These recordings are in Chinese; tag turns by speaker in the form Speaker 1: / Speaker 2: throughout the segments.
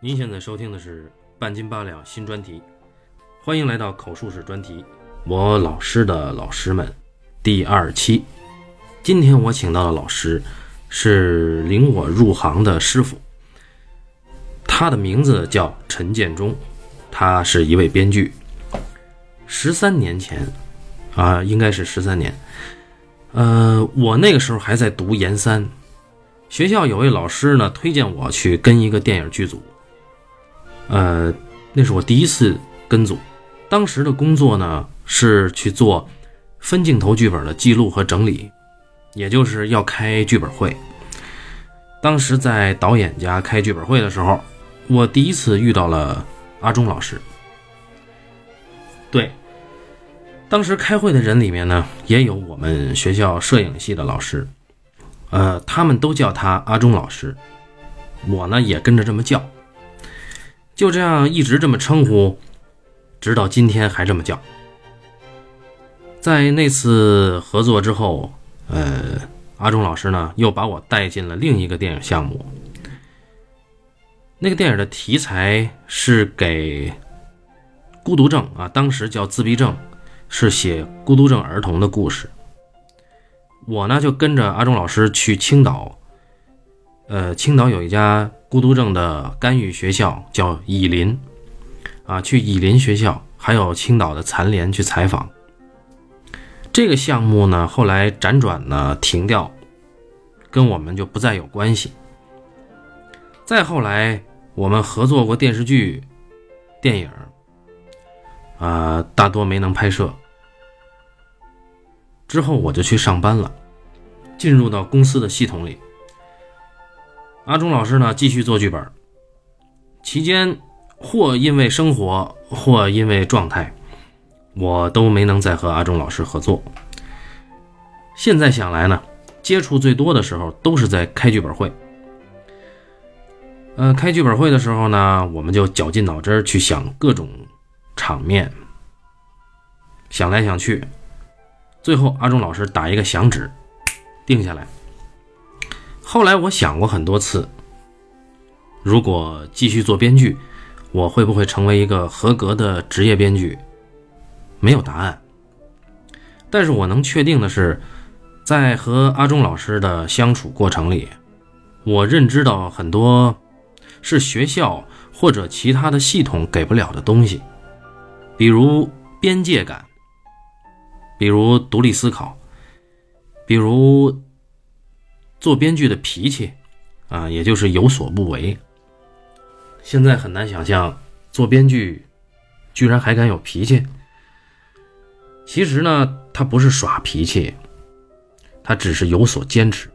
Speaker 1: 您现在收听的是《半斤八两》新专题，欢迎来到口述史专题《我老师的老师们》第二期。今天我请到的老师是领我入行的师傅，他的名字叫陈建忠，他是一位编剧。十三年前，啊、应该是十三年，呃，我那个时候还在读研三，学校有位老师呢推荐我去跟一个电影剧组，呃，那是我第一次跟组，当时的工作呢是去做分镜头剧本的记录和整理，也就是要开剧本会。当时在导演家开剧本会的时候，我第一次遇到了阿忠老师。对，当时开会的人里面呢，也有我们学校摄影系的老师，呃，他们都叫他阿忠老师，我呢也跟着这么叫，就这样一直这么称呼，直到今天还这么叫。在那次合作之后，呃，阿忠老师呢又把我带进了另一个电影项目，那个电影的题材是给孤独症啊，当时叫自闭症，是写孤独症儿童的故事。我呢就跟着阿忠老师去青岛，呃，青岛有一家孤独症的干预学校叫以林，啊，去以林学校，还有青岛的残联去采访。这个项目呢，后来辗转呢停掉，跟我们就不再有关系。再后来，我们合作过电视剧、电影，啊、大多没能拍摄。之后我就去上班了，进入到公司的系统里。阿忠老师呢，继续做剧本。期间，或因为生活，或因为状态，我都没能再和阿忠老师合作。现在想来呢，接触最多的时候都是在开剧本会。呃，开剧本会的时候呢，我们就绞尽脑汁儿去想各种场面，想来想去，最后，阿忠老师打一个响指，定下来。后来我想过很多次，如果继续做编剧，我会不会成为一个合格的职业编剧？没有答案。但是我能确定的是，在和阿忠老师的相处过程里，我认知到很多是学校或者其他的系统给不了的东西，比如边界感。比如独立思考，比如做编剧的脾气，啊，也就是有所不为。现在很难想象做编剧居然还敢有脾气。其实呢，他不是耍脾气，他只是有所坚持。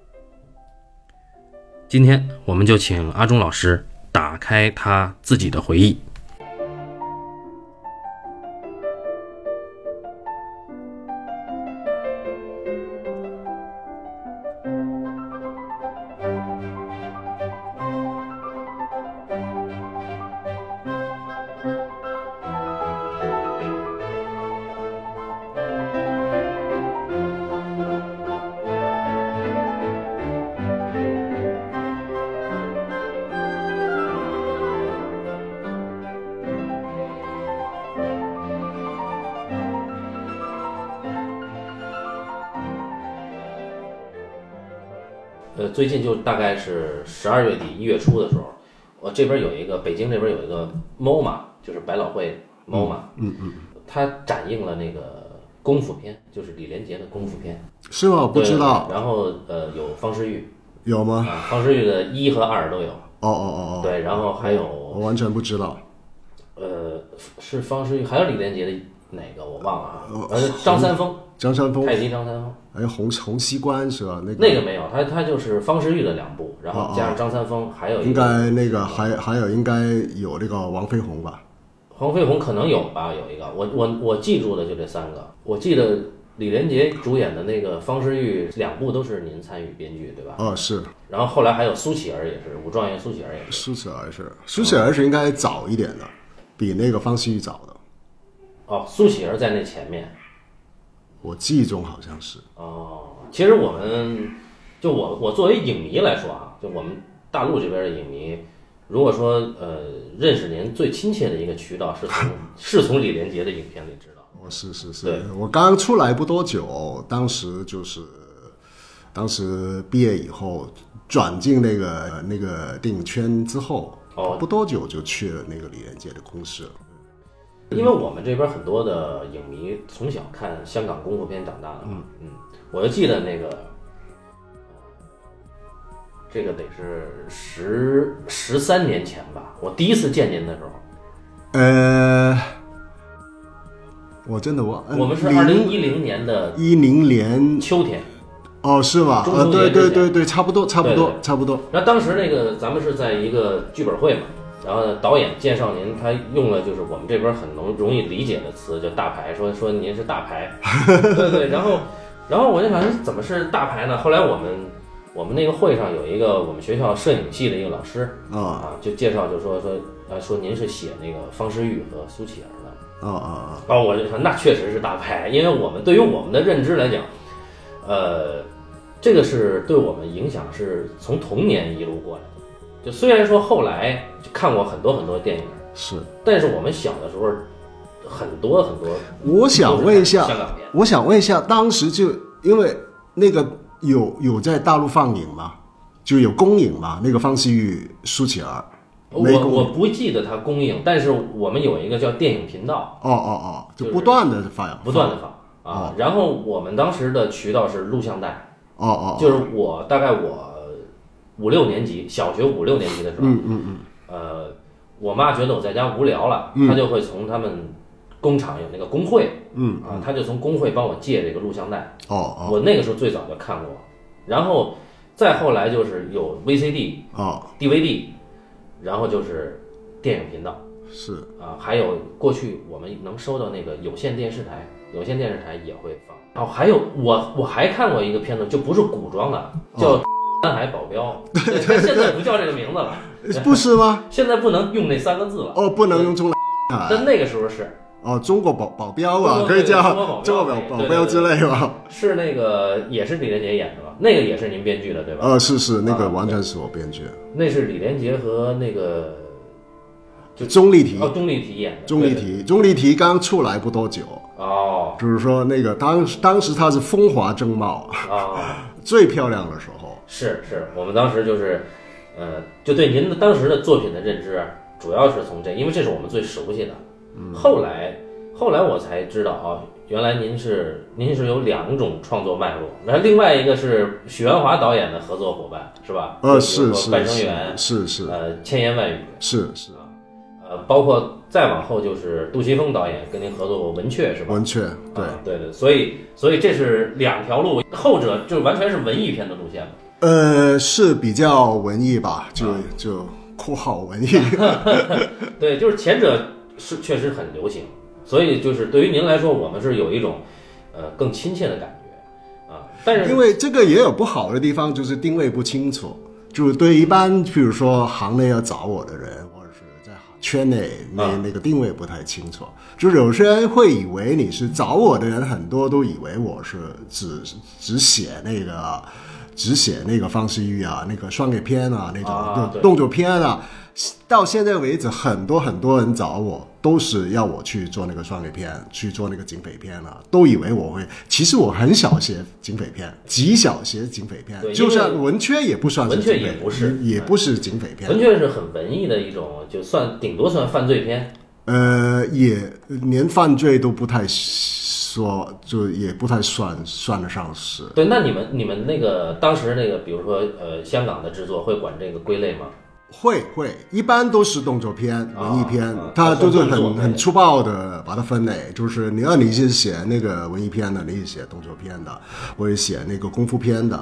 Speaker 1: 今天我们就请阿忠老师打开他自己的回忆。呃，最近就大概是十二月底一月初的时候，我这边有一个北京这边有一个 MOMA，就是百老汇 MOMA，嗯嗯，它展映了那个功夫片，就是李连杰的功夫片，
Speaker 2: 是吗？我不知道
Speaker 1: 对然后呃，有方世玉
Speaker 2: 有吗？
Speaker 1: 啊，方世玉的一和二都有，
Speaker 2: 哦哦哦
Speaker 1: 对，然后还
Speaker 2: 哦，
Speaker 1: 有
Speaker 2: 我完全不知道。
Speaker 1: 呃，是方世玉，还有李连杰的哪个我忘了
Speaker 2: 哦
Speaker 1: 啊，呃，张三丰，
Speaker 2: 张三丰，
Speaker 1: 太极张三丰。
Speaker 2: 还有哎洪洪七官是吧？那个
Speaker 1: 那个没有，他他就是方世玉的两部，然后加上张三丰，还有一
Speaker 2: 哦应
Speaker 1: 个
Speaker 2: 该那个还还有应该有那个王飞鸿吧？
Speaker 1: 黄飞鸿可能有吧，有一个，我我我记住的就这三个。我记得李连杰主演的那个方世玉，两部都是您参与编剧对吧？
Speaker 2: 哦，是
Speaker 1: 然后后来还有苏乞儿也是，武状元苏乞儿也是。
Speaker 2: 苏乞儿是苏乞儿是应该早一点的，比那个方世玉早的。
Speaker 1: 哦，苏乞儿在那前面。
Speaker 2: 我记忆中好像是，
Speaker 1: 哦，其实我们就我我作为影迷来说啊，就我们大陆这边的影迷，如果说呃认识您最亲切的一个渠道是从是从李连杰的影片里知道的，
Speaker 2: 我哦是是
Speaker 1: 对
Speaker 2: 是，我刚出来不多久，当时就是，当时毕业以后转进那个那个电影圈之后，
Speaker 1: 哦
Speaker 2: 不多久就去了那个李连杰的公司了。
Speaker 1: 因为我们这边很多的影迷从小看香港功夫片长大的嘛，嗯，我就记得那个，这个得是十十三年前吧，我第一次见您的时候，
Speaker 2: 呃，我真的忘，呃
Speaker 1: 我们是二嗯零一零年的
Speaker 2: 一零年
Speaker 1: 秋天，
Speaker 2: 哦，是吧？
Speaker 1: 中
Speaker 2: 呃，
Speaker 1: 秋节
Speaker 2: 对
Speaker 1: 之
Speaker 2: 对
Speaker 1: 前
Speaker 2: 对对，差不多差不
Speaker 1: 对
Speaker 2: 多
Speaker 1: 对
Speaker 2: 差不多。
Speaker 1: 然后当时那个咱们是在一个剧本会嘛，然后呢导演介绍您，他用了就是我们这边很容容易理解的词，就大牌，说说您是大牌，对对，然后然后我就想哎怎么是大牌呢？后来我们我们那个会上有一个我们学校摄影系的一个老师
Speaker 2: 啊
Speaker 1: 啊，就介绍就说说啊说您是写那个方世玉和苏乞儿的，
Speaker 2: 啊啊！
Speaker 1: 哦，我就说那确实是大牌，因为我们对于我们的认知来讲，呃，这个是对我们影响是从童年一路过来的。就虽然说后来就看过很多很多电影，
Speaker 2: 啊是，
Speaker 1: 但是我们小的时候很多很多
Speaker 2: 我想问一下
Speaker 1: 都是，看香港片，
Speaker 2: 我想问一下，当时就因为那个有有在大陆放映吗？就有公映吗？那个方世玉、舒淇儿，没
Speaker 1: 我
Speaker 2: 公
Speaker 1: 我不记得它公映，但是我们有一个叫电影频道，
Speaker 2: 哦哦哦，
Speaker 1: 就
Speaker 2: 就是不断的放映，
Speaker 1: 不断的放啊。然后我们当时的渠道是录像带。
Speaker 2: 哦哦，
Speaker 1: 就是我大概我五六年级，小学五六年级的时候，嗯嗯嗯，呃，我妈觉得我在家无聊了，她就会从他们工厂有那个工会，嗯啊，她就从工会帮我借这个录像带，
Speaker 2: 哦哦
Speaker 1: 我那个时候最早就看过，然后再后来就是有 VCD、
Speaker 2: 哦，
Speaker 1: DVD，然后就是电影频道
Speaker 2: 是
Speaker 1: 啊，还有过去我们能收到那个有线电视台，有线电视台也会放。哦，还有我我还看过一个片子，就不是古装的，叫《南海保镖》，哦对，它 现在不叫这个名字了，
Speaker 2: 不是吗？
Speaker 1: 现在不能用那三个字了。
Speaker 2: 哦，不能用中南海，
Speaker 1: 但那个时候是
Speaker 2: 哦，中国保保镖
Speaker 1: 中
Speaker 2: 啊，
Speaker 1: 国
Speaker 2: 可以
Speaker 1: 中
Speaker 2: 叫
Speaker 1: 国
Speaker 2: 中
Speaker 1: 保镖
Speaker 2: 国保
Speaker 1: 对
Speaker 2: 保
Speaker 1: 对
Speaker 2: 镖
Speaker 1: 对
Speaker 2: 之类吧？
Speaker 1: 是那个也是李连杰演的吧？那个也是您编剧的对吧？
Speaker 2: 呃，是是，那
Speaker 1: 啊
Speaker 2: 个完全是我编剧，
Speaker 1: 那是李连杰和那个对
Speaker 2: 钟丽缇
Speaker 1: 哦，钟丽缇演的。
Speaker 2: 钟丽
Speaker 1: 对
Speaker 2: 缇，钟丽缇刚出来不多久，
Speaker 1: 哦
Speaker 2: 就是说那个当时当时她是风华正茂，
Speaker 1: 哦。
Speaker 2: 最漂亮的时候。
Speaker 1: 是是，我们当时就是，呃，就对您的当时的作品的认知，啊主要是从这，因为这是我们最熟悉的。
Speaker 2: 嗯
Speaker 1: 后来后来我才知道啊，原来您是您是有两种创作脉络，那另外一个是许鞍华导演的合作伙伴，是吧？就比
Speaker 2: 呃，
Speaker 1: 如
Speaker 2: 是
Speaker 1: 说
Speaker 2: 是
Speaker 1: 半生缘
Speaker 2: 是》，是是
Speaker 1: 呃，千言万语，
Speaker 2: 是是，
Speaker 1: 呃，包括再往后就是杜琪峰导演跟您合作过《文雀》，是吧？
Speaker 2: 文雀对，
Speaker 1: 啊对对，所以所以这是两条路，后者就完全是文艺片的路线嘛。
Speaker 2: 呃，是比较文艺吧，就
Speaker 1: 啊
Speaker 2: 就括号文艺，
Speaker 1: 对，就是前者是确实很流行，所以就是对于您来说，我们是有一种呃更亲切的感觉啊。但是
Speaker 2: 因为这个也有不好的地方，就是定位不清楚，就是对一般譬如说行内要找我的人，或者是在圈内那
Speaker 1: 啊
Speaker 2: 那个定位不太清楚，就是有些人会以为你是找我的人，很多都以为我是只只写那个。只写那个方世玉啊，那个双眼片啊，那种
Speaker 1: 啊
Speaker 2: 动
Speaker 1: 对
Speaker 2: 动作片啊，到现在为止，很多很多人找我，都是要我去做那个双匪片，去做那个警匪片啊，都以为我会。其实我很少写警匪片，极少写警匪片
Speaker 1: 对，
Speaker 2: 就
Speaker 1: 因
Speaker 2: 像文缺也不算是
Speaker 1: 文
Speaker 2: 警
Speaker 1: 缺
Speaker 2: 匪，嗯
Speaker 1: 也不是
Speaker 2: 也不是警匪片
Speaker 1: 文，雀是很文艺的一种，就算顶多算犯罪片，
Speaker 2: 呃，也连犯罪都不太说，就也不太算算得上是。
Speaker 1: 对，那你们你们那个当时那个，比如说呃，香港的制作会管这个归类吗？
Speaker 2: 会会，一般都是动作片、
Speaker 1: 啊
Speaker 2: 文艺片，
Speaker 1: 啊
Speaker 2: 它都是
Speaker 1: 动作
Speaker 2: 很
Speaker 1: 片
Speaker 2: 很粗暴的把它分类，就是你要你是写那个文艺片的，你是写动作片的，或者写那个功夫片的，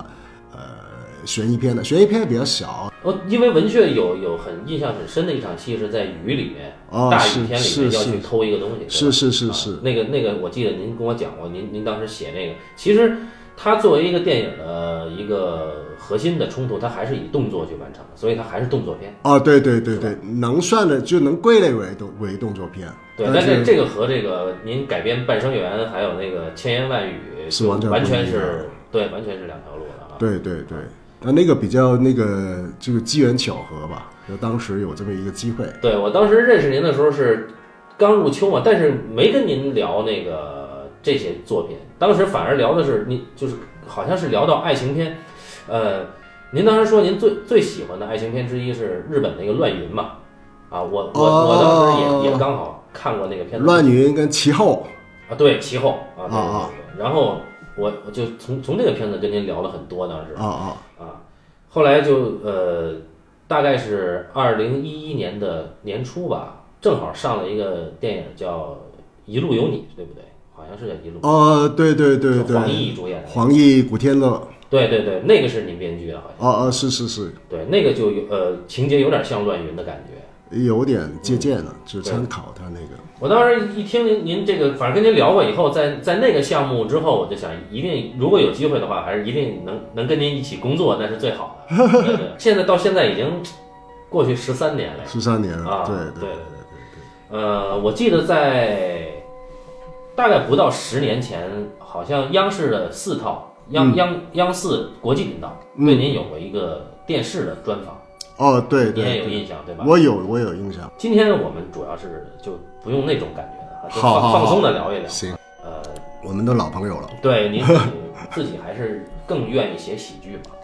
Speaker 2: 呃，悬疑片的，悬疑片比较小，
Speaker 1: 哦，因为文雀有有很印象很深的一场戏是在雨里面，
Speaker 2: 哦
Speaker 1: 大
Speaker 2: 是
Speaker 1: 雨天里
Speaker 2: 是
Speaker 1: 面要
Speaker 2: 是
Speaker 1: 去偷一个东西，
Speaker 2: 是是是
Speaker 1: 啊
Speaker 2: 是，
Speaker 1: 那个那个，我记得您跟我讲过，您您当时写那个，其实它作为一个电影的一个核心的冲突，它还是以动作去完成的，所以它还是动作片。
Speaker 2: 哦，对对对对，能算的就能归类为动为动作片，
Speaker 1: 对，
Speaker 2: 但
Speaker 1: 但是
Speaker 2: 是
Speaker 1: 这个和这个您改编《半生缘》还有那个《千言万语》
Speaker 2: 是完全
Speaker 1: 完
Speaker 2: 不一
Speaker 1: 全
Speaker 2: 样
Speaker 1: 是对，完全是两条路的啊。
Speaker 2: 对对对，那那个比较那个就是机缘巧合吧，就当时有这么一个机会，
Speaker 1: 对我当时认识您的时候是刚入秋嘛，但是没跟您聊那个这些作品，当时反而聊的是您就是好像是聊到爱情片，呃，您当时说您最最喜欢的爱情片之一是日本那个《乱云》嘛，啊，我我我当时也、
Speaker 2: 哦
Speaker 1: 也刚好看过那个片子，
Speaker 2: 乱云跟其后
Speaker 1: 啊，对，其后啊，对
Speaker 2: 啊
Speaker 1: 对对，然后我我就从从这个片子跟您聊了很多，当时
Speaker 2: 啊啊，
Speaker 1: 啊，后来就呃，大概是二零一一年的年初吧，正好上了一个电影叫《一路有你》，对不对？好像是叫《一路》，
Speaker 2: 哦，对对对
Speaker 1: 是黄
Speaker 2: 对，
Speaker 1: 奕主演的。
Speaker 2: 黄奕、古天乐，
Speaker 1: 对对对，那个是您编剧的，好像。
Speaker 2: 哦哦，是是是，
Speaker 1: 对，那个就有呃，情节有点像《乱云》的感觉。
Speaker 2: 有点借鉴了，就参考他那个，
Speaker 1: 我当时一听您您这个，反正跟您聊过以后，在在那个项目之后，我就想一定如果有机会的话，还是一定能能跟您一起工作，那是最好的。对对，现在到现在已经过去十三年了。
Speaker 2: 十三年
Speaker 1: 啊，
Speaker 2: 对
Speaker 1: 对对呃，我记得在大概不到十年前，好像央视的四套央、央央视国际频道
Speaker 2: 嗯
Speaker 1: 对您有过一个电视的专访，
Speaker 2: 哦对
Speaker 1: 您也有
Speaker 2: 对，
Speaker 1: 印象对吧？
Speaker 2: 我有我有印象，
Speaker 1: 今天我们主要是就不用那种感觉的，就放
Speaker 2: 好好好
Speaker 1: 放松的聊一聊。
Speaker 2: 行，
Speaker 1: 呃，
Speaker 2: 我们都老朋友了。
Speaker 1: 对 您自己自己还是更愿意写喜剧嘛？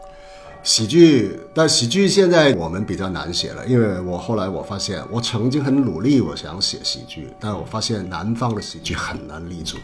Speaker 2: 喜剧，但喜剧现在我们比较难写了，因为我后来我发现，我曾经很努力，我想写喜剧，但我发现南方的喜剧很难立足，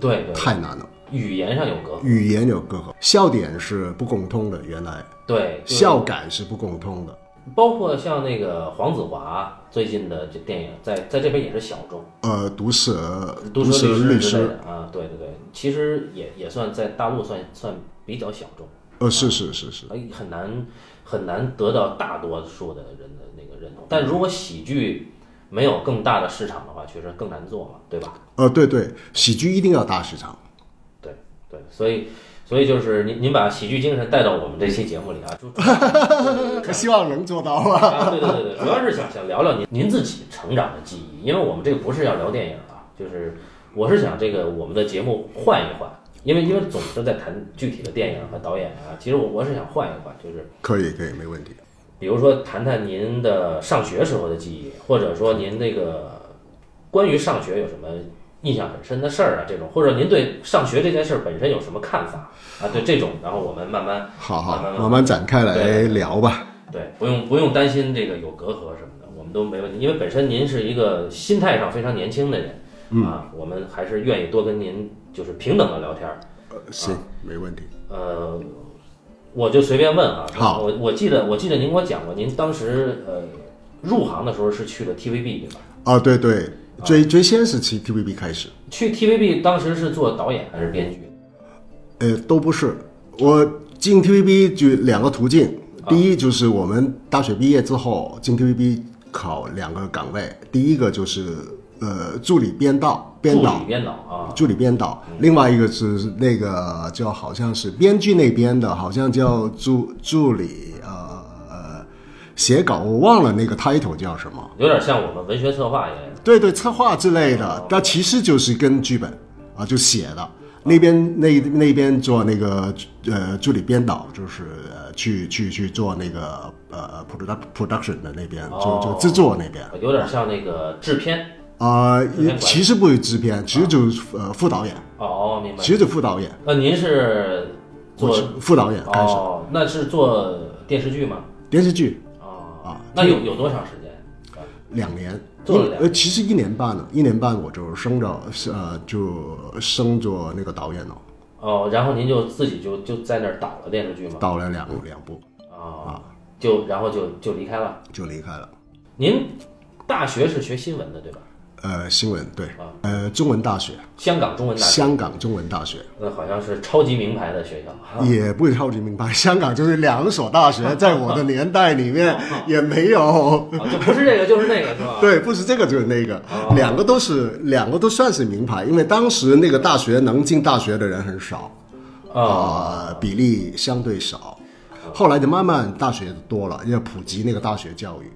Speaker 1: 对对，
Speaker 2: 太难了，
Speaker 1: 语言上有隔阂，
Speaker 2: 语言有隔阂，笑点是不共通的，原来
Speaker 1: 对，就是
Speaker 2: 笑感是不共通的，
Speaker 1: 包括像那个黄子华最近的这电影，在在这边也是小众。
Speaker 2: 呃，毒蛇，
Speaker 1: 毒
Speaker 2: 蛇
Speaker 1: 舌
Speaker 2: 律
Speaker 1: 之类
Speaker 2: 师，
Speaker 1: 的啊，对对对，其实也也算在大陆算算比较小众，
Speaker 2: 呃，是是是是，
Speaker 1: 哎很难很难得到大多数的人的那个认同。但如果喜剧没有更大的市场的话，确实更难做嘛，对吧？
Speaker 2: 呃，对对，喜剧一定要大市场，
Speaker 1: 对对，所以所以就是您您把喜剧精神带到我们这期节目里啊，就主
Speaker 2: 希望能做到啊，
Speaker 1: 啊，对对对对，主要是想想聊聊您您自己成长的记忆，因为我们这个不是要聊电影啊，就是我是想这个我们的节目换一换，因为因为总是在谈具体的电影和导演啊，其实我我是想换一换，就是
Speaker 2: 可以可以，没问题，
Speaker 1: 比如说谈谈您的上学时候的记忆，或者说您那个关于上学有什么。印象很深的事儿啊，这种或者您对上学这件事儿本身有什么看法啊？对这种，然后我们慢慢
Speaker 2: 好好
Speaker 1: 慢慢，慢
Speaker 2: 慢慢展开来
Speaker 1: 对
Speaker 2: 聊吧，
Speaker 1: 对，不用不用担心这个有隔阂什么的，我们都没问题，因为本身您是一个心态上非常年轻的人、
Speaker 2: 嗯
Speaker 1: 啊，我们还是愿意多跟您就是平等的聊天儿。
Speaker 2: 呃行，没问题，
Speaker 1: 呃，我就随便问啊，
Speaker 2: 好
Speaker 1: 我我记得我记得您给我讲过，您当时呃入行的时候是去的 TVB 对吧？
Speaker 2: 啊，对对，最最先是从 TVB 开始。
Speaker 1: 去 TVB 当时是做导演还是编剧？
Speaker 2: 呃，都不是。我进 TVB 就两个途径，
Speaker 1: 啊
Speaker 2: 第一就是我们大学毕业之后进 TVB 考两个岗位，第一个就是呃助理编导，编
Speaker 1: 助
Speaker 2: 导
Speaker 1: 理。编导啊，
Speaker 2: 助理编导，另外一个是那个叫好像是编剧那边的，好像叫助助理呃呃写稿，我忘了那个 title 叫什么。
Speaker 1: 有点像我们文学策划一样。
Speaker 2: 对对，策划之类的，那其实就是跟剧本啊就写的。那边那那边做那个呃助理编导，就是呃去去去做那个呃 product production 的那边，就就
Speaker 1: 哦
Speaker 2: 制作那边
Speaker 1: 有点像那个制片
Speaker 2: 啊、
Speaker 1: 制片管理
Speaker 2: 其实不是制片，其实就是呃副导演，
Speaker 1: 哦，啊明白
Speaker 2: 其。实就副导演，
Speaker 1: 那您是
Speaker 2: 我
Speaker 1: 做
Speaker 2: 是副导演开始、
Speaker 1: 哦，那是做电视剧吗？
Speaker 2: 电视剧
Speaker 1: 哦，
Speaker 2: 啊
Speaker 1: 那有有多长时间？啊
Speaker 2: 两年，
Speaker 1: 做了两
Speaker 2: 呃其实一年半了，一年半我就升着呃就升做那个导演了，
Speaker 1: 哦，然后您就自己就就在那儿导了电视剧吗？
Speaker 2: 导了啊两两部
Speaker 1: 哦，就然后就就离开了。
Speaker 2: 就离开了。
Speaker 1: 您大学是学新闻的对吧？
Speaker 2: 呃，新闻对
Speaker 1: 啊，
Speaker 2: 呃，中文大学，
Speaker 1: 香港中文大学，
Speaker 2: 香港中文大学
Speaker 1: 那好像是超级名牌的学校。 啊
Speaker 2: 也不是超级名牌， 香港就是两所 大学，在我的年代里面
Speaker 1: 啊
Speaker 2: 也没有，
Speaker 1: 哦就不是这个就是那个是吧？
Speaker 2: 对，不是这个就是那个，
Speaker 1: 啊
Speaker 2: 两个都是两个都算是名牌，因为当时那个大学能进大学的人很少，
Speaker 1: 啊，
Speaker 2: 呃，比例相对少，后来就慢慢大学多了，要普及那个大学教育。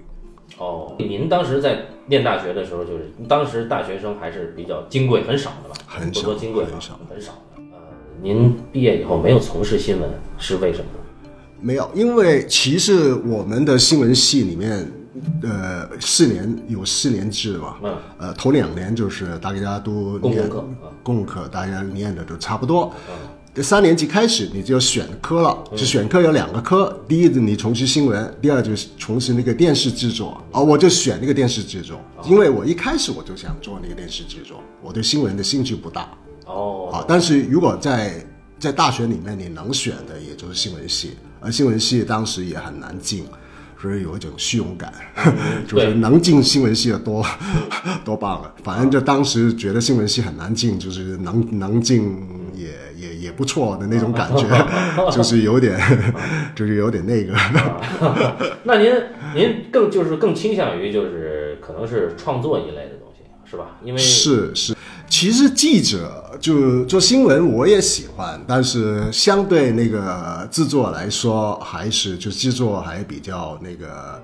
Speaker 1: 哦，您当时在念大学的时候，就是当时大学生还是比较金贵，很少的吧？
Speaker 2: 很
Speaker 1: 不
Speaker 2: 少
Speaker 1: 说金贵吧，啊
Speaker 2: 很少
Speaker 1: 很少的。呃，您毕业以后没有从事新闻，是为什么？
Speaker 2: 没有，因为其实我们的新闻系里面，呃，四年有四年制嘛，
Speaker 1: 嗯，
Speaker 2: 呃，头两年就是大家都
Speaker 1: 公
Speaker 2: 念
Speaker 1: 共课啊，嗯
Speaker 2: 共课，大家念的都差不多。三年级开始你就要选科了，就选科有两个科，第一你从事新闻，第二就是从事那个电视制作啊，我就选那个电视制作，
Speaker 1: 哦
Speaker 2: 因为我一开始我就想做那个电视制作，我对新闻的兴趣不大，
Speaker 1: 哦，
Speaker 2: 啊，但是如果在在大学里面你能选的也就是新闻系，而新闻系当时也很难进，所以有一种虚荣感， 就是
Speaker 1: 对
Speaker 2: 能进新闻系的多 多棒了。反正就当时觉得新闻系很难进，就是能能进也也也不错的那种感觉，就是有点 就是有点那个。
Speaker 1: 那您您更就是更倾向于就是可能是创作一类的东西是吧？因为
Speaker 2: 是是，其实记者就做新闻我也喜欢，但是相对那个制作来说，还是就制作还比较那个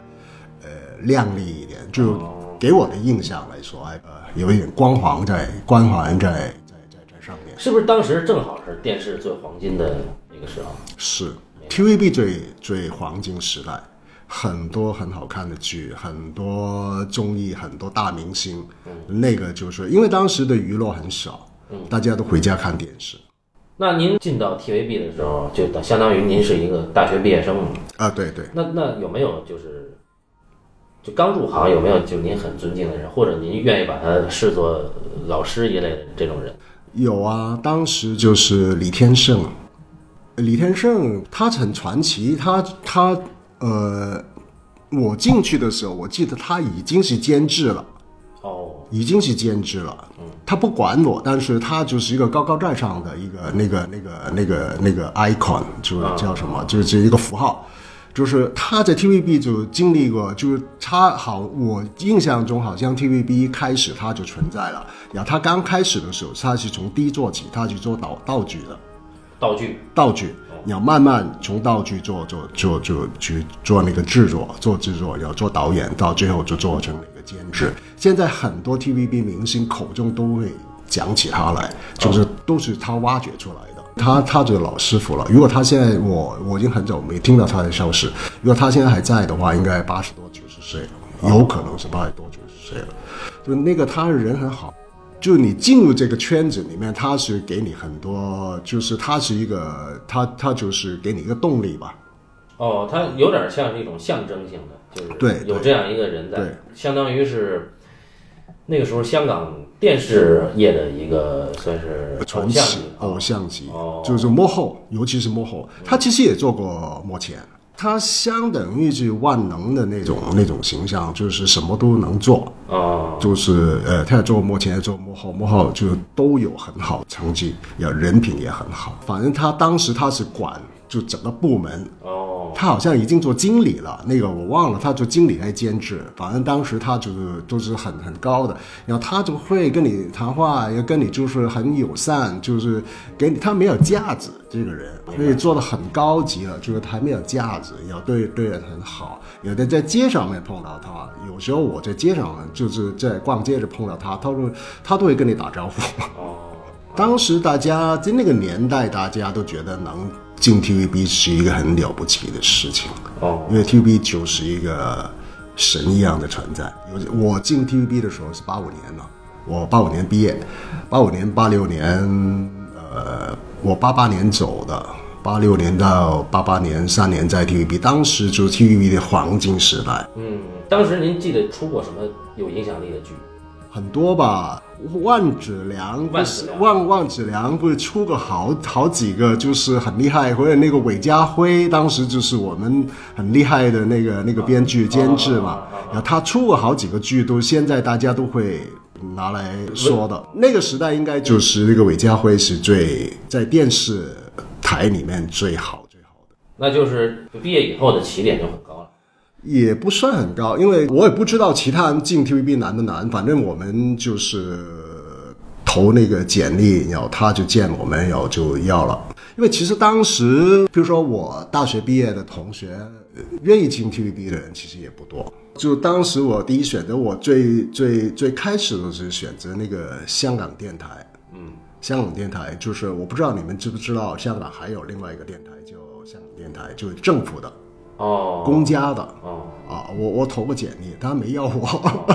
Speaker 2: 呃亮丽一点，就给我的印象来说，还呃有一点光环在光环在在在在上面。
Speaker 1: 是不是当时正好是电视最黄金的一个时候？
Speaker 2: 是 TVB 最最黄金时代，很多很好看的剧，很多综艺，很多大明星。那个就是因为当时的娱乐很少，大家都回家看电视。
Speaker 1: 那您进到 TVB 的时候，就等相当于您是一个大学毕业生嘛？
Speaker 2: 啊，对对，
Speaker 1: 那那有没有就是，就刚入行有没有就您很尊敬的人，或者您愿意把他视作老师一类的这种人？
Speaker 2: 有啊，当时就是李天胜，李天胜他很传奇，他他呃，我进去的时候，我记得他已经是监制了。
Speaker 1: 哦，
Speaker 2: 已经是兼职了，他不管我，但是他就是一个高高在上的一个那个那个那个那个 icon，就是叫什么，就是一个符号，就是他在 TVB 就经历过，就是他好，我印象中好像 TVB 一开始他就存在了，然后他刚开始的时候，他是从低做起，他去做道道具的，
Speaker 1: 道具
Speaker 2: 道具，要慢慢从道具做做做做去做那个制作，做制作，然后做导演，到最后就做成那个监制。现在很多 TVB 明星口中都会讲起他来，就是都是他挖掘出来的。他他就是老师傅了。如果他现在我我已经很久没听到他的消息，如果他现在还在的话，应该八十多九十岁了，有可能是八十多九十岁了。就那个他人很好，就你进入这个圈子里面，他是给你很多，就是他是一个，他他就是给你一个动力吧。
Speaker 1: 哦，它有点像是一种象征性的，就是
Speaker 2: 对
Speaker 1: 有
Speaker 2: 对
Speaker 1: 这样一个人在
Speaker 2: 对，
Speaker 1: 相当于是那个时候香港电视业的一个算是
Speaker 2: 传
Speaker 1: 偶像
Speaker 2: 奇
Speaker 1: 级
Speaker 2: 偶像级
Speaker 1: 哦，
Speaker 2: 就是幕后，尤其是幕后，他其实也做过幕前，他相等于是万能的那种
Speaker 1: 嗯
Speaker 2: 那种形象，就是什么都能做。
Speaker 1: 哦，
Speaker 2: 就是呃，他也做幕前，也做幕后，幕后就都有很好的成绩，也人品也很好。反正他当时他是管就整个部门，
Speaker 1: 哦，
Speaker 2: 他好像已经做经理了，那个我忘了，他做经理还是监制，反正当时他就是都是很很高的，然后他就会跟你谈话，也跟你就是很友善，就是给你他没有架子这个人，所以做的很高级了，就是他没有架子，要对对人很好。有的在街上面碰到他，有时候我在街上就是在逛街时碰到他，他都他都会跟你打招呼。 当时大家在那个年代，大家都觉得能进 TVB 是一个很了不起的事情，
Speaker 1: 哦，
Speaker 2: 因为 TVB 就是一个神一样的存在。有我进 TVB 的时候是八五年嘛，我八五年毕业，八五年、八六年，呃，我八八年走的，八六年到八八年三年在 TVB，当时就是 TVB 的黄金时代。
Speaker 1: 嗯，当时您记得出过什么有影响力的剧？
Speaker 2: 很多吧，万梓良不是
Speaker 1: 万梓良
Speaker 2: 万万梓良不是出过好好几个，就是很厉害，或者那个韦家辉，当时就是我们很厉害的那个那个编剧监制
Speaker 1: 啊
Speaker 2: 嘛，然后他出过好几个剧，都现在大家都会。拿来说的
Speaker 1: 嗯
Speaker 2: 那个时代，应该就是那个韦家辉是最在电视台里面最好最好的。
Speaker 1: 那就是毕业以后的起点就很高了。
Speaker 2: 也不算很高，因为我也不知道其他人进 TVB 难不难，反正我们就是投那个简历，然后他就见我们，然后就要了。因为其实当时，比如说我大学毕业的同学，呃愿意进 TVB 的人其实也不多。就当时我第一选择，我最最最开始的是选择那个香港电台，嗯，香港电台就是我不知道你们知不知道，香港还有另外一个电台叫过香港电台，就是政府的、
Speaker 1: 哦，
Speaker 2: 公家的
Speaker 1: 哦，
Speaker 2: 啊。我我投过简历，他没要我，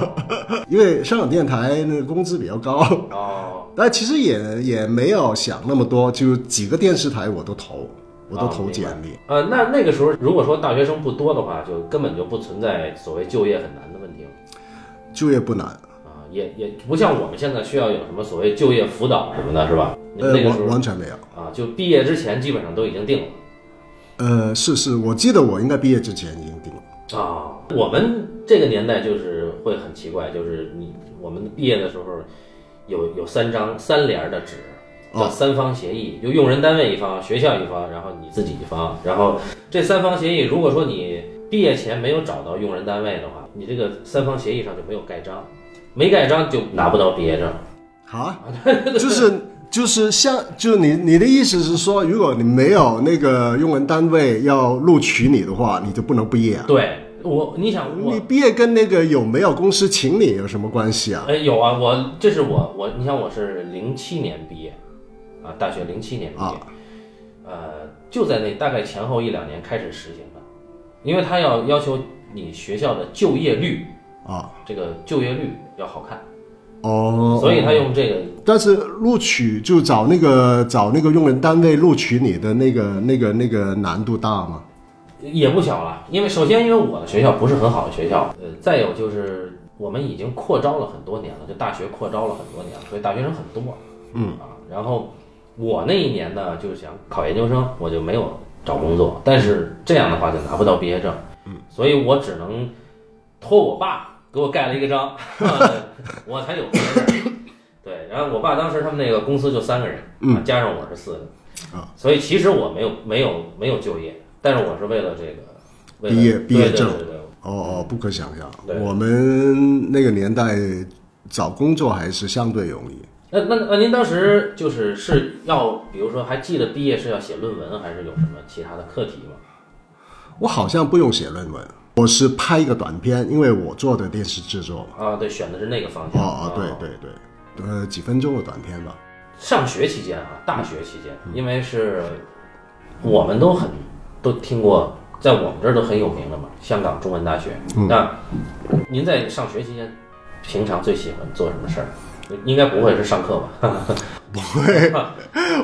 Speaker 2: 因为香港电台那个工资比较高，
Speaker 1: 哦，
Speaker 2: 但其实也也没有想那么多，就几个电视台我都投，我都
Speaker 1: 哦
Speaker 2: 投
Speaker 1: 明白
Speaker 2: 简历。
Speaker 1: 呃，那那个时候如果说大学生不多的话，就根本就不存在所谓就业很难的问题了
Speaker 2: 就业不难，
Speaker 1: 啊，也也不像我们现在需要有什么所谓就业辅导什么的，是吧？你
Speaker 2: 呃
Speaker 1: 们那，个时
Speaker 2: 完
Speaker 1: 候
Speaker 2: 完全没有。
Speaker 1: 啊，就毕业之前基本上都已经定了。
Speaker 2: 呃，是是，我记得我应该毕业之前已经定了。
Speaker 1: 啊，我们这个年代就是会很奇怪，就是你我们毕业的时候有有三张三联儿的纸，叫
Speaker 2: 哦
Speaker 1: 三方协议，就用人单位一方、学校一方，然后你自己一方，然后这三方协议，如果说你毕业前没有找到用人单位的话，你这个三方协议上就没有盖章，没盖章就拿不到毕业证。
Speaker 2: 哈，啊就是就是像就是你你的意思是说，如果你没有那个用人单位要录取你的话，你就不能毕业啊？
Speaker 1: 对我，你想我
Speaker 2: 你毕业跟那个有没有公司请你有什么关系啊？
Speaker 1: 哎，有啊，我这是我我，你像我是零七年毕业，啊，大学零七年毕业，
Speaker 2: 啊
Speaker 1: 呃，就在那大概前后一两年开始实行的，因为他要要求你学校的就业率，
Speaker 2: 啊，
Speaker 1: 这个就业率要好看，
Speaker 2: 哦，
Speaker 1: 所以他用这个
Speaker 2: 但是录取就找那个找那个用人单位录取你的那个那个那个难度大吗？
Speaker 1: 也不小了，因为首先因为我的学校不是很好的学校，呃，再有就是我们已经扩招了很多年了，就大学扩招了很多年了，所以大学生很多，嗯啊，然后我那一年呢，就是想考研究生，我就没有找工作，但是这样的话就拿不到毕业证，嗯，所以我只能托我爸给我盖了一个章， 我才有毕业证。对，然后我爸当时他们那个公司就三个人，啊，加上我是四个，
Speaker 2: 嗯啊，
Speaker 1: 所以其实我没有没有没有就业，但是我是为了这个为了
Speaker 2: 毕业毕业证
Speaker 1: 对对对对
Speaker 2: 哦哦，不可想象，
Speaker 1: 对
Speaker 2: 我们那个年代找工作还是相对容易。
Speaker 1: 那那那您当时就是是要，比如说还记得毕业是要写论文，还是有什么其他的课题吗？
Speaker 2: 我好像不用写论文，我是拍一个短片，因为我做的电视制作嘛。
Speaker 1: 啊，对，选的是那个方
Speaker 2: 哦
Speaker 1: 向。
Speaker 2: 哦，对对对，呃，几分钟的短片吧。
Speaker 1: 上学期间啊，大学期间，
Speaker 2: 嗯
Speaker 1: 因为是我们都很都听过，在我们这儿都很有名的嘛，香港中文大学。
Speaker 2: 嗯
Speaker 1: 那您在上学期间，平常最喜欢做什么事儿？应该不会是上课吧？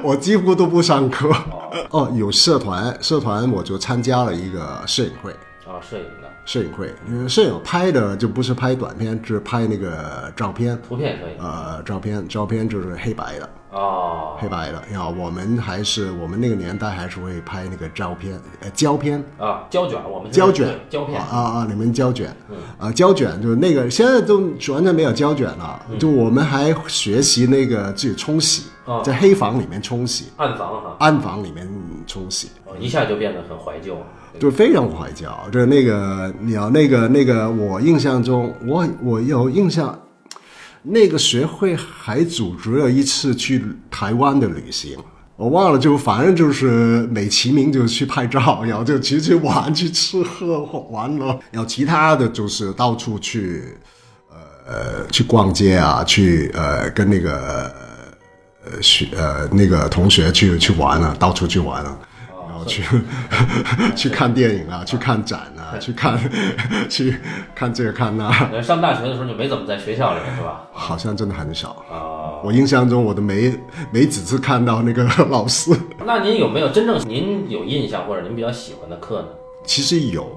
Speaker 2: 我几乎都不上课。
Speaker 1: 啊
Speaker 2: 哦，有社团，社团我就参加了一个摄影会，
Speaker 1: 啊，摄影的
Speaker 2: 摄影会，因为摄影拍的就不是拍短片，是拍那个照片，
Speaker 1: 图片摄影
Speaker 2: 呃，照片，照片就是黑白的，
Speaker 1: 哦
Speaker 2: 黑白的。然后我们还是我们那个年代还是会拍那个照片，呃，胶片。
Speaker 1: 啊，胶卷，我们是
Speaker 2: 胶卷
Speaker 1: 对胶片嗯
Speaker 2: 啊啊啊！你们胶卷，啊胶卷就是那个，现在都完全没有胶卷了。
Speaker 1: 嗯
Speaker 2: 就我们还学习那个自己冲洗
Speaker 1: 哦，
Speaker 2: 在黑房里面冲洗，
Speaker 1: 暗房哈，
Speaker 2: 暗房里面冲洗，
Speaker 1: 哦一下就变得很怀旧啊。
Speaker 2: 就非常怀旧。就是那个你要那个那个，我印象中，我我有印象，那个学会还组织了一次去台湾的旅行。我忘了，就反正就是美其名就是去拍照，然后就去去玩、去吃喝玩乐，然后其他的就是到处去，呃，去逛街啊，去呃跟那个呃学呃那个同学去去玩啊，到处去玩啊，
Speaker 1: 哦
Speaker 2: 然 后去去看电影啊，去看展啊，去看 去看这个看那，
Speaker 1: 呃上大学的时候就没怎么在学校里是吧？
Speaker 2: 好像真的很少。
Speaker 1: 啊、
Speaker 2: 我印象中，我都没没几次看到那个 老师。
Speaker 1: 那您有没有真正您有印象或者您比较喜欢的课呢？
Speaker 2: 其实有，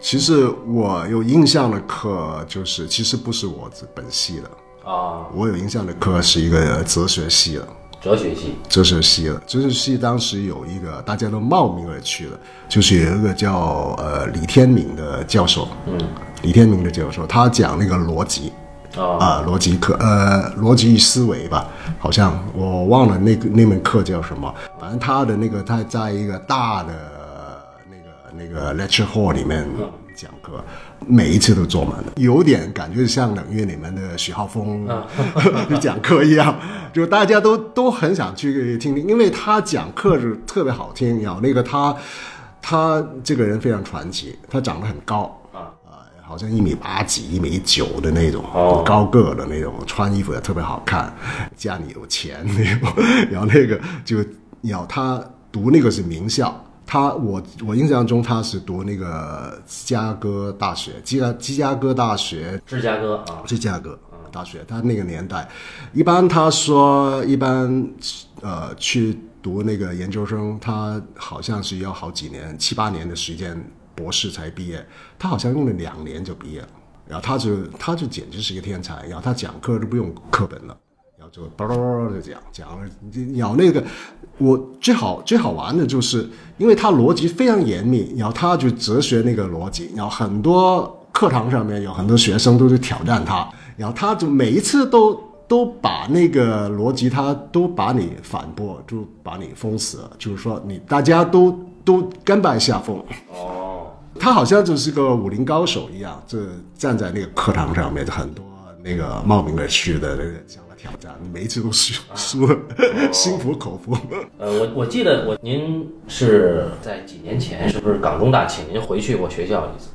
Speaker 2: 其实我有印象的课就是，其实不是我自本系的，
Speaker 1: 啊，
Speaker 2: 我有印象的课是一个哲学系的。
Speaker 1: 哲学系
Speaker 2: 哲学系了。哲学系当时有一个大家都冒名而去的，就是有一个叫呃李天明的教授，嗯，李天明的教授，他讲那个逻辑
Speaker 1: 啊
Speaker 2: 啊、逻辑课，呃，逻辑与思维吧，好像我忘了那个那门课叫什么，反正他的那个他在一个大的那个那个 lecture hall 里面讲课，每一次都坐满了，有点感觉像冷月里面的许浩峰去 讲课一样，就大家都都很想去听听，因为他讲课是特别好听，然后那个他他这个人非常传奇，他长得很高。
Speaker 1: 啊
Speaker 2: 啊，好像一米八几、一米九的那种，
Speaker 1: 哦
Speaker 2: 高个的那种，穿衣服也特别好看，家 里有钱那种。然后那个就，然后他读那个是名校，他我我印象中他是读那个芝加哥大学，芝加芝加哥大学
Speaker 1: 芝加哥啊，
Speaker 2: 芝加哥大学，他那个年代，一般他说一般呃去读那个研究生，他好像是要好几年七八年的时间，博士才毕业，他好像用了两年就毕业了，然后他就他就简直是一个天才，然后他讲课都不用课本了。然后就叭叭叭叭就讲讲，然后那个我最好最好玩的就是，因为他逻辑非常严密，然后他就哲学那个逻辑，然后很多课堂上面有很多学生都去挑战他，然后他就每一次都都把那个逻辑他都把你反驳，就把你封死了，就是说你大家都都甘拜下风。
Speaker 1: 哦，
Speaker 2: 他好像就是个武林高手一样，就站在那个课堂上面，就很多那个冒名而去的那个向他挑战，每一次都输输了，
Speaker 1: 哦
Speaker 2: 心服口服。
Speaker 1: 呃，我我记得我您是在几年前，是不是港中大请您回去我学校一次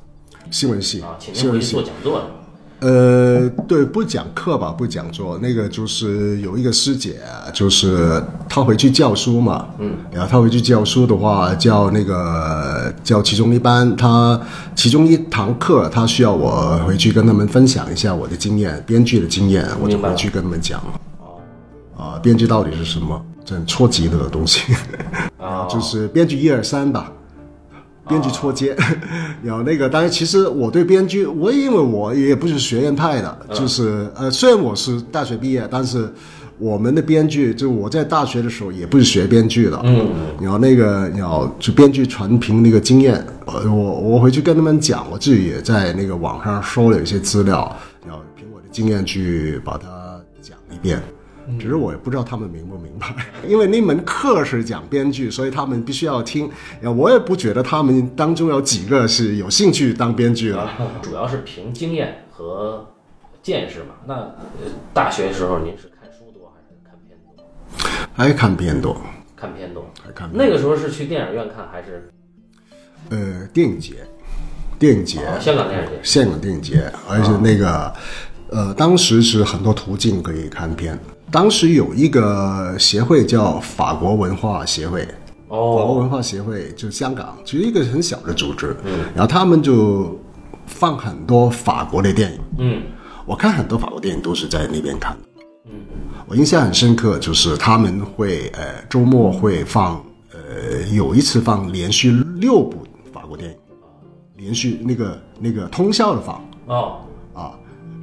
Speaker 2: 新闻系
Speaker 1: 啊，请
Speaker 2: 新
Speaker 1: 您回
Speaker 2: 闻
Speaker 1: 去
Speaker 2: 系
Speaker 1: 做，讲座是吧？
Speaker 2: 呃，对，不讲课吧，不讲座，那个就是有一个师姐，啊就是她回去教书嘛，嗯，然后她回去教书的话，教那个教其中一班，她其中一堂课，她需要我回去跟他们分享一下我的经验，编剧的经验，我就
Speaker 1: 明白
Speaker 2: 回
Speaker 1: 了
Speaker 2: 去跟他们讲，
Speaker 1: 哦
Speaker 2: 啊，编剧到底是什么，这很戳级的东西。
Speaker 1: 啊，
Speaker 2: 就是编剧一二三吧，编剧戳街， 然后那个，当然其实我对编剧，我因为我也不是学院派的，就是呃，虽然我是大学毕业，但是我们的编剧，就我在大学的时候也不是学编剧的，嗯，然后那个，然后就编剧全凭那个经验，呃我我回去跟他们讲，我自己也在那个网上搜了一些资料，然后凭我的经验去把它讲一遍。只是我也不知道他们明不明白， 因为那门课是讲编剧，所以他们必须要听。然后我也不觉得他们当中有几个是有兴趣当编剧的。
Speaker 1: 啊主要是凭经验和见识嘛。那呃大学的时候您是看书多还是看片多？
Speaker 2: 还看片多，
Speaker 1: 看片多。
Speaker 2: 还看片
Speaker 1: 那个时候是去电影院看还是
Speaker 2: 呃电影节，电影节，
Speaker 1: 哦香港电影节？
Speaker 2: 香港电影节，而且那个呃当时是很多途径可以看片。当时有一个协会叫法国文化协会，法国
Speaker 1: 哦，
Speaker 2: 文化协会就是香港，其实一个很小的组织，
Speaker 1: 嗯
Speaker 2: 然后他们就放很多法国的电影，
Speaker 1: 嗯，
Speaker 2: 我看很多法国电影都是在那边看的。嗯，我印象很深刻，就是他们会呃周末会放呃有一次放连续六部法国电影，连续那个那个通宵的放
Speaker 1: 哦，
Speaker 2: 啊，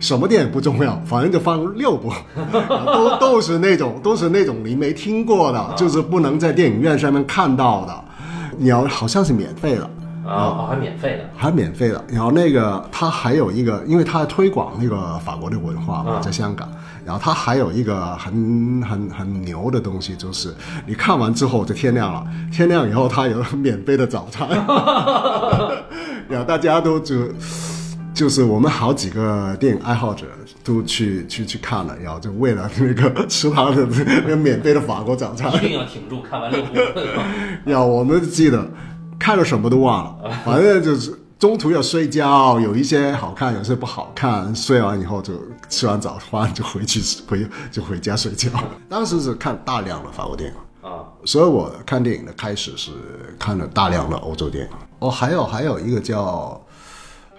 Speaker 2: 什么电影不重要，反正就放六部， 然后都都是那种都是那种你没听过的，就是不能在电影院上面看到的，你要好像是免费的。
Speaker 1: 啊，哦还免费的，
Speaker 2: 还免费的。然后那个它还有一个，因为它推广那个法国的文化嘛，
Speaker 1: 嗯
Speaker 2: 在香港。然后它还有一个很很很牛的东西，就是你看完之后就天亮了，天亮以后它有免费的早餐，然后大家都就。就是我们好几个电影爱好者都去去去看了，然后就为了那个吃他的那个免费的法国早餐，
Speaker 1: 一定要挺住，看完六部。啊
Speaker 2: 哎呀，我们记得看了什么都忘了，反正就是中途要睡觉，有一些好看，有些不好看。睡完以后就吃完早饭就回去回就回家睡觉。当时是看大量的法国电影，
Speaker 1: 啊，
Speaker 2: 所以我看电影的开始是看了大量的欧洲电影。哦，还有还有一个叫，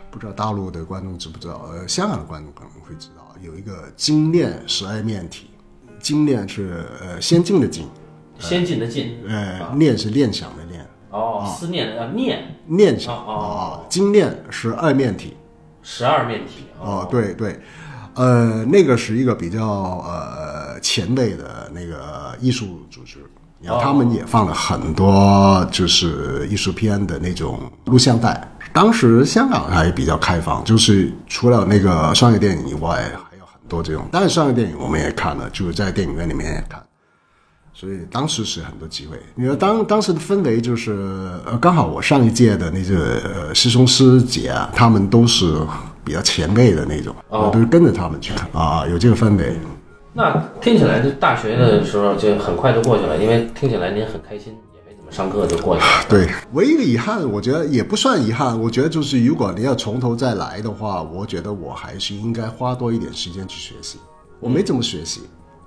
Speaker 2: 不知道大陆的观众知不知道，呃，香港的观众可能会知道，有一个精炼十二面体，精炼是呃先进的精，
Speaker 1: 先进的进，
Speaker 2: 呃，念是念想的念。
Speaker 1: 哦，思念啊念，
Speaker 2: 念想
Speaker 1: 哦哦
Speaker 2: 啊，精炼是二面体
Speaker 1: 十二面体
Speaker 2: 啊，，对对，呃，那个是一个比较呃前卫的那个艺术组织，然后他们也放了很多就是艺术片的那种录像带。当时香港还比较开放，就是除了那个商业电影以外，还有很多这种。当然，商业电影我们也看了，就是在电影院里面也看。所以当时是很多机会。你说当当时的氛围就是，呃，刚好我上一届的那个呃师兄师姐啊，他们都是比较前辈的那种，
Speaker 1: 哦
Speaker 2: 我都是跟着他们去看啊，有这个氛围。
Speaker 1: 那听起来就大学的时候就很快就过去了，因为听起来您很开心，也没怎么上课就过去了。
Speaker 2: 对，唯一的遗憾，我觉得也不算遗憾，我觉得就是如果你要从头再来的话，我觉得我还是应该花多一点时间去学习。我没怎么学习，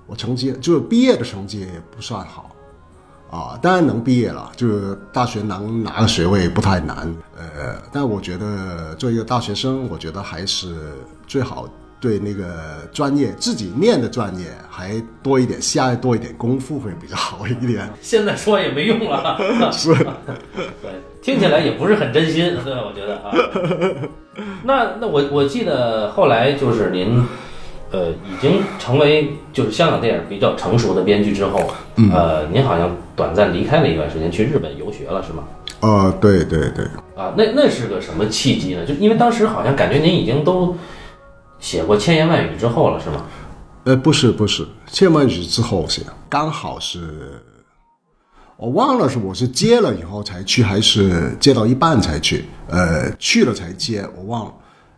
Speaker 2: 我成绩就是毕业的成绩也不算好，啊，当然能毕业了，就是大学能拿个学位不太难。呃，但我觉得做一个大学生，我觉得还是最好对那个专业自己念的专业还多一点下多一点功夫会比较好一点。
Speaker 1: 现在说也没用了。
Speaker 2: 是，
Speaker 1: 对，听起来也不是很真心，对，我觉得啊。那那我我记得后来就是您，呃，已经成为就是香港电影比较成熟的编剧之后，
Speaker 2: 嗯
Speaker 1: 呃，您好像短暂离开了一段时间，去日本游学了，是吗？
Speaker 2: 呃，对对对，
Speaker 1: 啊，那那是个什么契机呢？就因为当时好像感觉您已经都写过千言万语之后了，是吗？
Speaker 2: 呃，不是不是，千万语之后写，刚好是，我忘了是我是接了以后才去，还是接到一半才去，呃，去了才接，我忘了，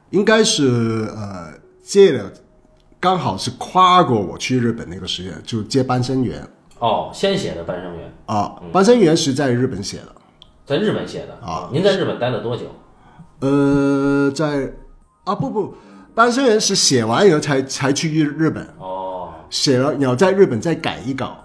Speaker 2: 应该是呃接了，刚好是跨过我去日本那个时间，就接班生缘
Speaker 1: 哦，先写的《半生缘》，
Speaker 2: 啊，班生缘是在日本写的，
Speaker 1: 在日本写的
Speaker 2: 啊
Speaker 1: 您在日本待了多久？
Speaker 2: 呃，在啊不不，班生缘是写完以后才才去日日本，
Speaker 1: 哦
Speaker 2: 写了你要在日本再改一稿，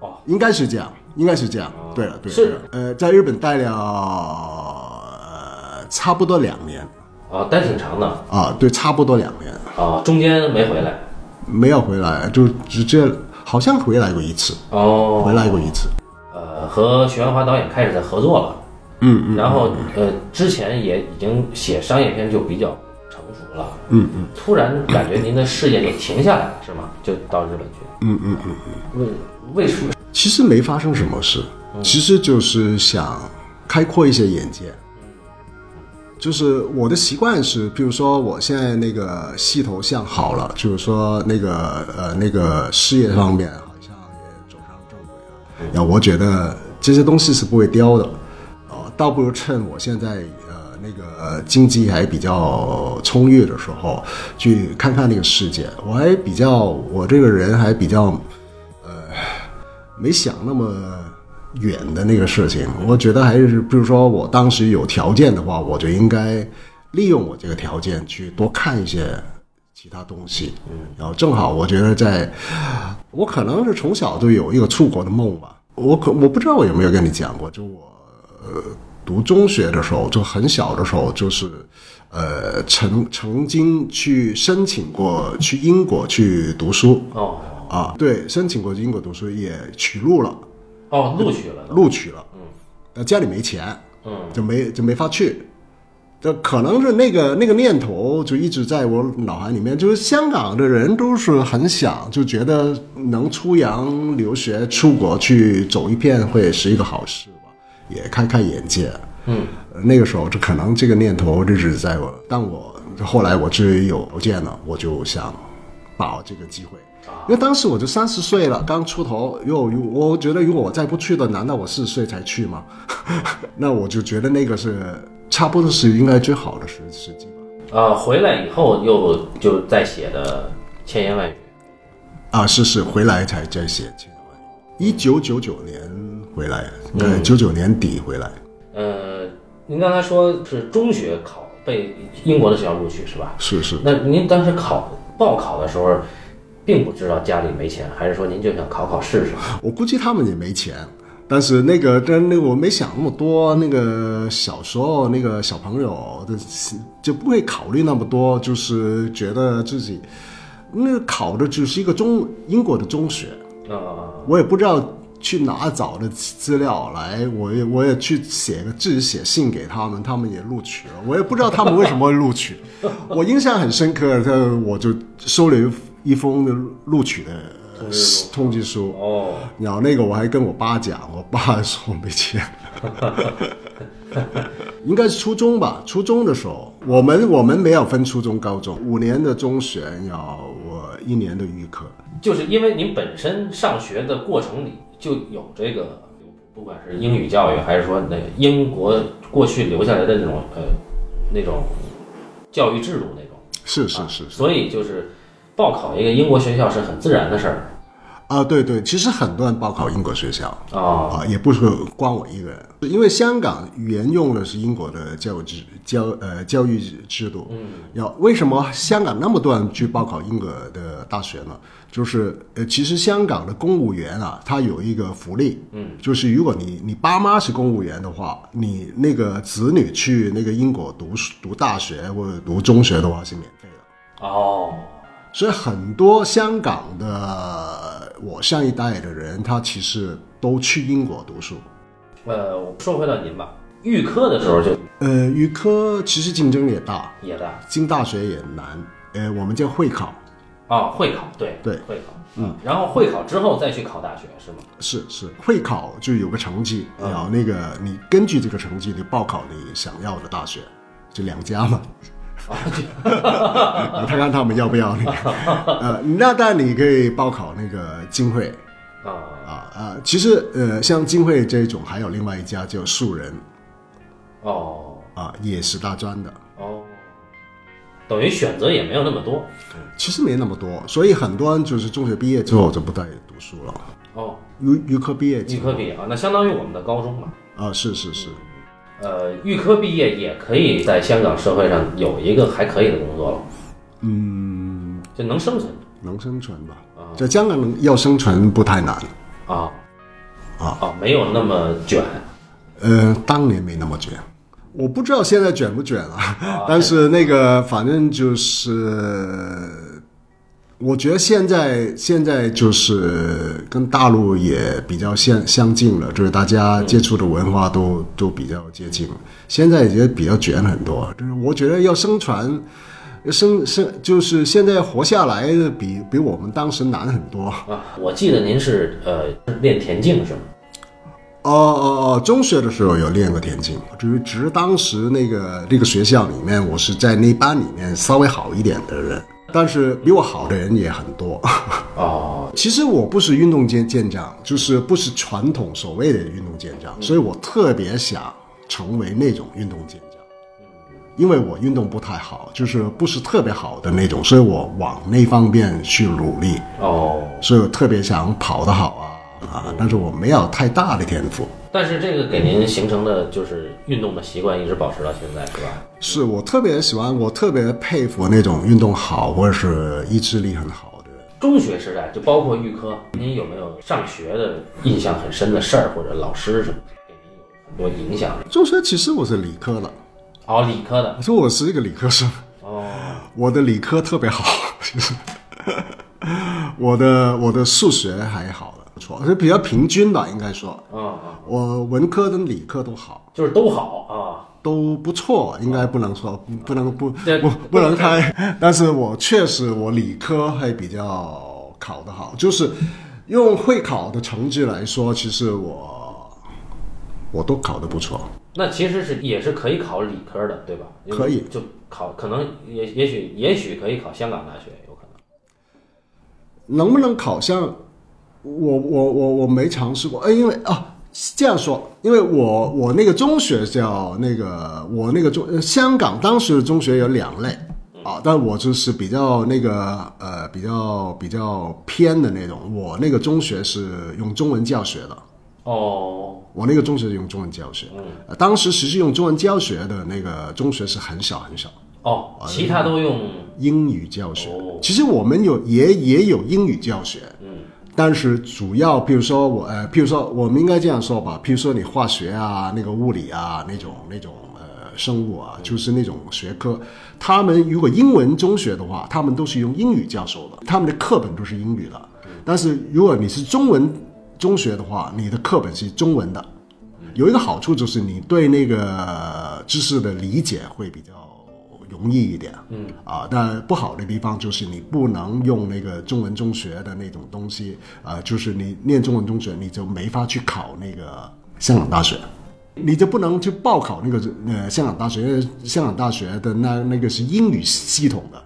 Speaker 1: 哦，
Speaker 2: 应该是这样，应该是这样。对了，对了，
Speaker 1: 是
Speaker 2: 对了呃，在日本待了、呃差不多两年
Speaker 1: 啊，待挺长的
Speaker 2: 啊，对，差不多两年，
Speaker 1: 啊，中间没回来。
Speaker 2: 没有回来，就直接好像回来过一次，
Speaker 1: 哦，
Speaker 2: 回来过一次。
Speaker 1: 呃，和徐安华导演开始在合作了，
Speaker 2: 嗯嗯
Speaker 1: 然后呃，之前也已经写商业片就比较成熟了，嗯嗯，突然感觉您的事业就停下来了，是吗？就到日本去，嗯嗯嗯嗯，为为什么？
Speaker 2: 其实没发生什么事，其实就是想开阔一些眼界。就是我的习惯是，比如说我现在那个系头像好了，就是说那个呃那个事业方面好像也走上正轨了。然后我觉得这些东西是不会丢的，哦、倒不如趁我现在呃那个呃经济还比较充裕的时候去看看那个世界。我还比较我这个人还比较没想那么远的那个事情。我觉得还是，比如说我当时有条件的话，我就应该利用我这个条件去多看一些其他东西。然后正好我觉得在，我可能是从小就有一个出国的梦吧。我可我不知道我有没有跟你讲过，就我呃读中学的时候，就很小的时候，就是呃曾曾经去申请过去英国去读书。
Speaker 1: 哦
Speaker 2: 啊，对，申请过去英国读书，也取录了，
Speaker 1: 哦，录取了都，
Speaker 2: 录取了，嗯，但家里没钱，
Speaker 1: 嗯，
Speaker 2: 就没就没法去，这可能是那个那个念头就一直在我脑海里面，就是香港的人都是很想，就觉得能出洋留学出国去走一遍会是一个好事吧，也开开眼界，
Speaker 1: 嗯
Speaker 2: 呃那个时候就可能这个念头一直在我，但我后来我至于有条件了，我就想把握这个机会。因为当时我就三十岁了，刚出头，又我觉得如果我再不去的，难道我四十岁才去吗？ 那我就觉得那个是差不多是应该最好的时时机吧。
Speaker 1: 啊，回来以后又就再写的千言万语，
Speaker 2: 啊，是是，回来才再写千言万语。一九九九年回来，对，九九年底回来，
Speaker 1: 呃，您刚才说是中学考被英国的学校录取是吧？
Speaker 2: 是是。
Speaker 1: 那您当时考报考的时候，并不知道家里没钱，还是说您就想考考试试？
Speaker 2: 我估计他们也没钱，但是那个，呃但那个我没想那么多。那个小时候那个小朋友的就不会考虑那么多，就是觉得自己那个考的就是一个中英国的中学，
Speaker 1: 啊、
Speaker 2: 我也不知道去哪找的资料来，我也我也去写个自己写信给他们，他们也录取了，我也不知道他们为什么会录取。我印象很深刻，他我就收了一一封的录取的呃通知书。
Speaker 1: 哦，
Speaker 2: 然后那个我还跟我爸讲，我爸说我没钱，应该是初中吧，初中的时候，我们我们没有分初中、高中，五年的中学，然后我一年的预科，
Speaker 1: 就是因为您本身上学的过程里就有这个，不管是英语教育，还是说那个英国过去留下来的那种呃那种教育制度那种，
Speaker 2: 是是是是，
Speaker 1: 所以就是报考一个英国学校是很自然的事儿。
Speaker 2: 啊，对对，其实很多人报考英国学校
Speaker 1: 啊，
Speaker 2: 啊，也不是光我一个人，因为香港沿用的是英国的教育制教呃教育制度，嗯，要为什么香港那么多人去报考英国的大学呢？就是呃，其实香港的公务员啊，他有一个福利，嗯，就是如果你你爸妈是公务员的话，你那个子女去那个英国读书读大学或者读中学的话是免费的。
Speaker 1: 哦，
Speaker 2: 所以很多香港的呃我上一代的人，他其实都去英国读书。
Speaker 1: 呃，我说回到您吧，预科的时候就
Speaker 2: 呃，预科其实竞争也大，
Speaker 1: 也在
Speaker 2: 进大学也难。呃，我们叫会考，
Speaker 1: 啊，会考，对
Speaker 2: 对
Speaker 1: 会考，嗯，然后会考之后再去考大学是吗？
Speaker 2: 是是会考就有个成绩，然后那个你根据这个成绩，你报考你想要的大学，就两家嘛。
Speaker 1: 啊，
Speaker 2: 呃看看他们要不要你。呃，那但你可以报考那个浸会
Speaker 1: 这啊
Speaker 2: 啊啊，其实呃，像浸会这种，还有另外一家叫树人，
Speaker 1: 哦
Speaker 2: 啊，也是大专的，
Speaker 1: 哦，等于选择也没有那么多
Speaker 2: 其实没那么多，所以很多人就是中学毕业之后就不再读书了，
Speaker 1: 哦，
Speaker 2: 预预科毕业
Speaker 1: 预
Speaker 2: 之后
Speaker 1: 科毕业啊，那相当于我们的高中嘛。
Speaker 2: 啊，是是是，
Speaker 1: 呃，预科毕业也可以在香港社会上有一个还可以的工作了，
Speaker 2: 嗯，
Speaker 1: 就能生存
Speaker 2: 能生存吧
Speaker 1: 啊，
Speaker 2: 在香港能要生存不太难，
Speaker 1: 啊
Speaker 2: 啊
Speaker 1: 啊，没有那么卷
Speaker 2: 呃，当年没那么卷。我不知道现在卷不卷啊
Speaker 1: 啊，
Speaker 2: 但是那个反正就是，我觉得现在现在就是跟大陆也比较相相近了，就是大家接触的文化都都比较接近了。现在也比较卷很多，就是我觉得要生存，生生就是现在活下来的比比我们当时难很多。
Speaker 1: 啊。我记得您是呃练田径是吗？
Speaker 2: 哦哦哦，中学的时候有练过田径，就是只是当时那个那个学校里面，我是在那班里面稍微好一点的人，但是比我好的人也很多。 啊
Speaker 1: 哦
Speaker 2: 其实我不是运动健健将，就是不是传统所谓的运动健将，所以我特别想成为那种运动健将，因为我运动不太好，就是不是特别好的那种，所以我往那方面去努力，
Speaker 1: 哦，
Speaker 2: 所以我特别想跑得好啊啊，但是我没有太大的天赋。
Speaker 1: 但是这个给您形成的就是运动的习惯，一直保持到现在是吧？
Speaker 2: 是我特别喜欢，我特别佩服那种运动好或者是意志力很好的人。
Speaker 1: 中学时代就包括预科，您有没有上学的印象很深的事儿或者老师什么的，给您有很多影响？
Speaker 2: 中学其实我是理科的，
Speaker 1: 哦，理科的
Speaker 2: 我说我是一个理科生，
Speaker 1: 哦
Speaker 2: 我的理科特别好，其实我的我的数学还好了，不错，就比较平均吧，应该说，
Speaker 1: 啊啊，
Speaker 2: 我文科跟理科都好，
Speaker 1: 就是都好啊。
Speaker 2: 都不错，应该不能说不能不
Speaker 1: 对
Speaker 2: 不不能太，但是我确实我理科还比较考得好，就是用会考的成绩来说，其实我我都考得不错。
Speaker 1: 那其实是也是可以考理科的，对吧？
Speaker 2: 可以
Speaker 1: 就考可能也也许也许可以考香港大学，有可能。
Speaker 2: 能不能考上？我我我我没尝试过，哎，因为啊是这样说，因为我我那个中学叫那个我那个中、呃香港当时的中学有两类啊，但我就是比较那个呃比较比较偏的那种，我那个中学是用中文教学的，
Speaker 1: 哦
Speaker 2: 我那个中学是用中文教学，呃当时实际用中文教学的那个中学是很少很少。
Speaker 1: 哦，其他都
Speaker 2: 嗯
Speaker 1: 用
Speaker 2: 英语教学
Speaker 1: 哦。
Speaker 2: 其实我们有也也有英语教学，嗯，但是主要比如说我呃，譬如说我们应该这样说吧，譬如说你化学啊、那个物理啊、那种那种呃生物啊，就是那种学科，他们如果英文中学的话，他们都是用英语教授的，他们的课本都是英语的。但是如果你是中文中学的话，你的课本是中文的。有一个好处就是你对那个知识的理解会比较容易一点，嗯啊，但不好的地方就是你不能用那个中文中学的那种东西，啊，就是你念中文中学你就没法去考那个香港大学。你就不能去报考那个呃香港大学，因为香港大学的那那个是英语系统的，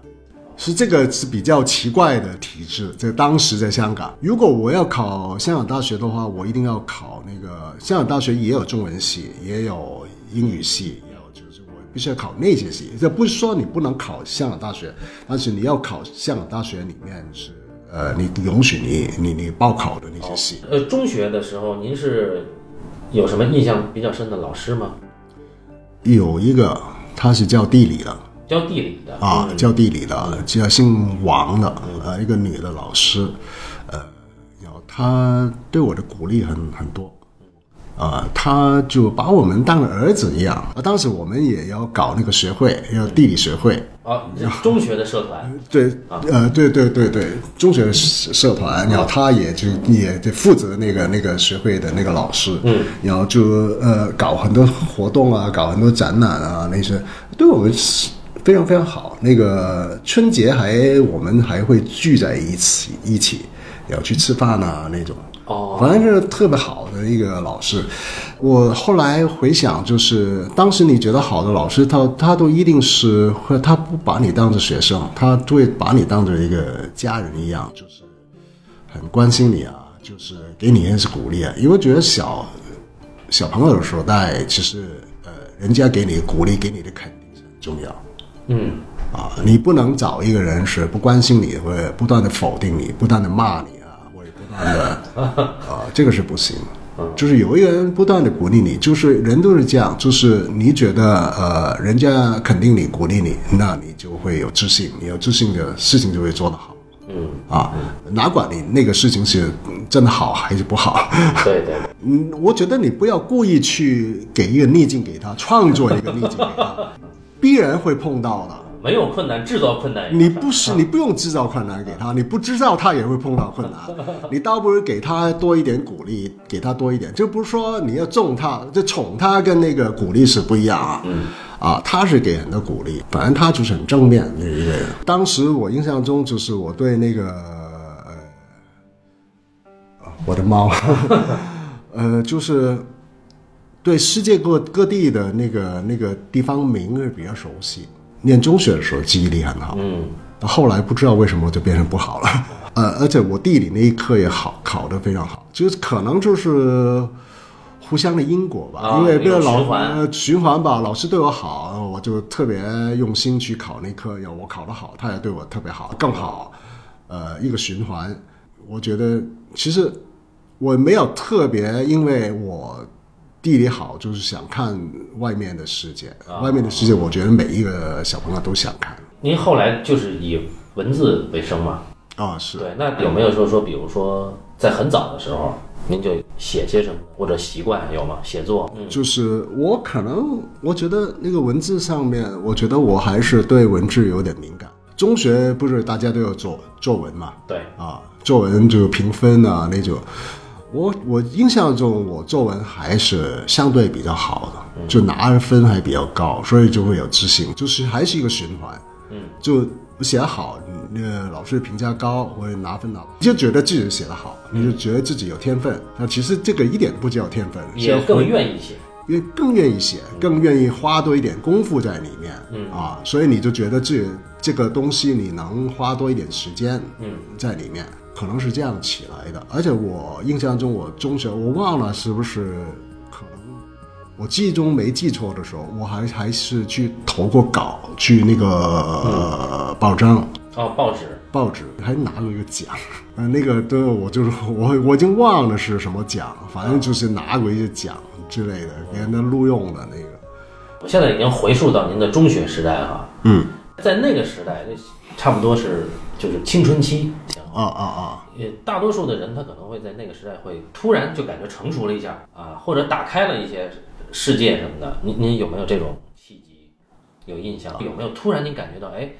Speaker 2: 是这个是比较奇怪的体制，在当时在香港，如果我要考香港大学的话，我一定要考那个香港大学也有中文系，也有英语系，也有就是我必须要考那些系。这不是说你不能考香港大学，但是你要考香港大学里面是呃呃，你你容许你你你报考的那些戏。
Speaker 1: 呃，中学的时候您是有什么印象比较深的老师吗？
Speaker 2: 有一个他是教地理的
Speaker 1: 教地理的
Speaker 2: 啊，
Speaker 1: 嗯
Speaker 2: 教地理的，叫姓王的，呃，一个女的老师，呃，然后她对我的鼓励很很多。啊、她就把我们当儿子一样。啊，当时我们也要搞那个学会，要地理学会，
Speaker 1: 啊，中学的社团
Speaker 2: 对，呃，对对对对，中学社社团，然后他也就也就负责那个那个学会的那个老师，嗯，然后就呃搞很多活动啊，搞很多展览啊，那些对我们是非常非常好。那个春节还我们还会聚在一起一起，然后去吃饭啊那种。
Speaker 1: 哦，
Speaker 2: 反正是特别好的一个老师。我后来回想，就是当时你觉得好的老师，他他都一定是会，他不把你当做学生，他都会把你当做一个家人一样，就是很关心你啊，就是给你一些鼓励啊。因为我觉得小小朋友的时代，其实呃，人家给你鼓励，给你的肯定是很重要。
Speaker 1: 嗯，
Speaker 2: 啊，你不能找一个人是不关心你，或者不断的否定你，不断的骂你啊，或者不断的啊，这个是不行。就是有一个人不断的鼓励你，就是人都是这样，就是你觉得呃，人家肯定你、鼓励你，那你就会有自信，你有自信的事情就会做得好。
Speaker 1: 嗯
Speaker 2: 啊，哪管你那个事情是嗯真的好还是不好，
Speaker 1: 对对，
Speaker 2: 嗯，我觉得你不要故意去给一个逆境给他，创作一个逆境给他，必然会碰到的。
Speaker 1: 没有困难制造困难也
Speaker 2: 你不是你不用制造困难给他，你不知道他也会碰到 困难，你倒不如给他多一点鼓励，给他多一点，就不是说你要重他，就宠他跟那个鼓励是不一样啊。嗯。啊，他是给人的鼓励，反正他就是很正面的一个人。当时我印象中就是我对那个呃我的猫， 呃，就是对世界各各地的那个那个地方名是比较熟悉。念中学的时候记忆力很好，
Speaker 1: 嗯，
Speaker 2: 后来不知道为什么就变成不好了。 呃，而且我地理那一科也好，考得非常好，就是可能就是互相的因果吧，
Speaker 1: 啊
Speaker 2: 因为
Speaker 1: 有
Speaker 2: 被老
Speaker 1: 循环
Speaker 2: 呃循环吧，老师对我好，我就特别用心去考那科，要我考得好，他也对我特别好，更好，呃，一个循环。我觉得其实我没有特别，因为我地理好，就是想看外面的世界，呃
Speaker 1: 啊
Speaker 2: 外面的世界，我觉得每一个小朋友都想看。
Speaker 1: 您后来就是以文字为生嘛？
Speaker 2: 啊，是
Speaker 1: 对，那有没有说说，比如说在很早的时候，您就写些什么，或者习惯有吗？写作，嗯，
Speaker 2: 就是我可能我觉得那个文字上面，我觉得我还是对文字有点敏感。中学不是大家都有作作文嘛，
Speaker 1: 对，
Speaker 2: 啊，作文就评分啊那种。我我印象中，我作文还是相对比较好
Speaker 1: 嗯
Speaker 2: 的，就拿的分还比较高，所以就会有自信，就是还是一个循环。
Speaker 1: 嗯，
Speaker 2: 就写得好，你那个老师评价高，我也拿分拿，你就觉得自己写得好，你就觉得自己有天分。那其实这个一点都不叫天分，是要
Speaker 1: 也更愿意写，
Speaker 2: 因为更愿意写，更愿意花多一点功夫在里面，
Speaker 1: 嗯
Speaker 2: 啊，所以你就觉得这这个东西你能花多一点时间，
Speaker 1: 嗯，
Speaker 2: 在里面可能是这样起来的。而且我印象中，我中学我忘了是不是可能我记忆中没记错的时候，我还还是去投过稿，去那个、
Speaker 1: 嗯
Speaker 2: 呃报章。
Speaker 1: 哦，报纸，
Speaker 2: 报纸还拿过一个奖，呃，那个都我就是我我已经忘了是什么奖，反正就是拿过一些奖之类的，给人家录用的那个。
Speaker 1: 我现在已经回溯到您的中学时代哈，
Speaker 2: 嗯，
Speaker 1: 在那个时代，差不多是就是青春期，
Speaker 2: 啊啊啊！
Speaker 1: 也大多数的人他可能会在那个时代会突然就感觉成熟了一下啊，或者打开了一些世界什么的。您您有没有这种契机？有印象？有没有突然你感觉到哎，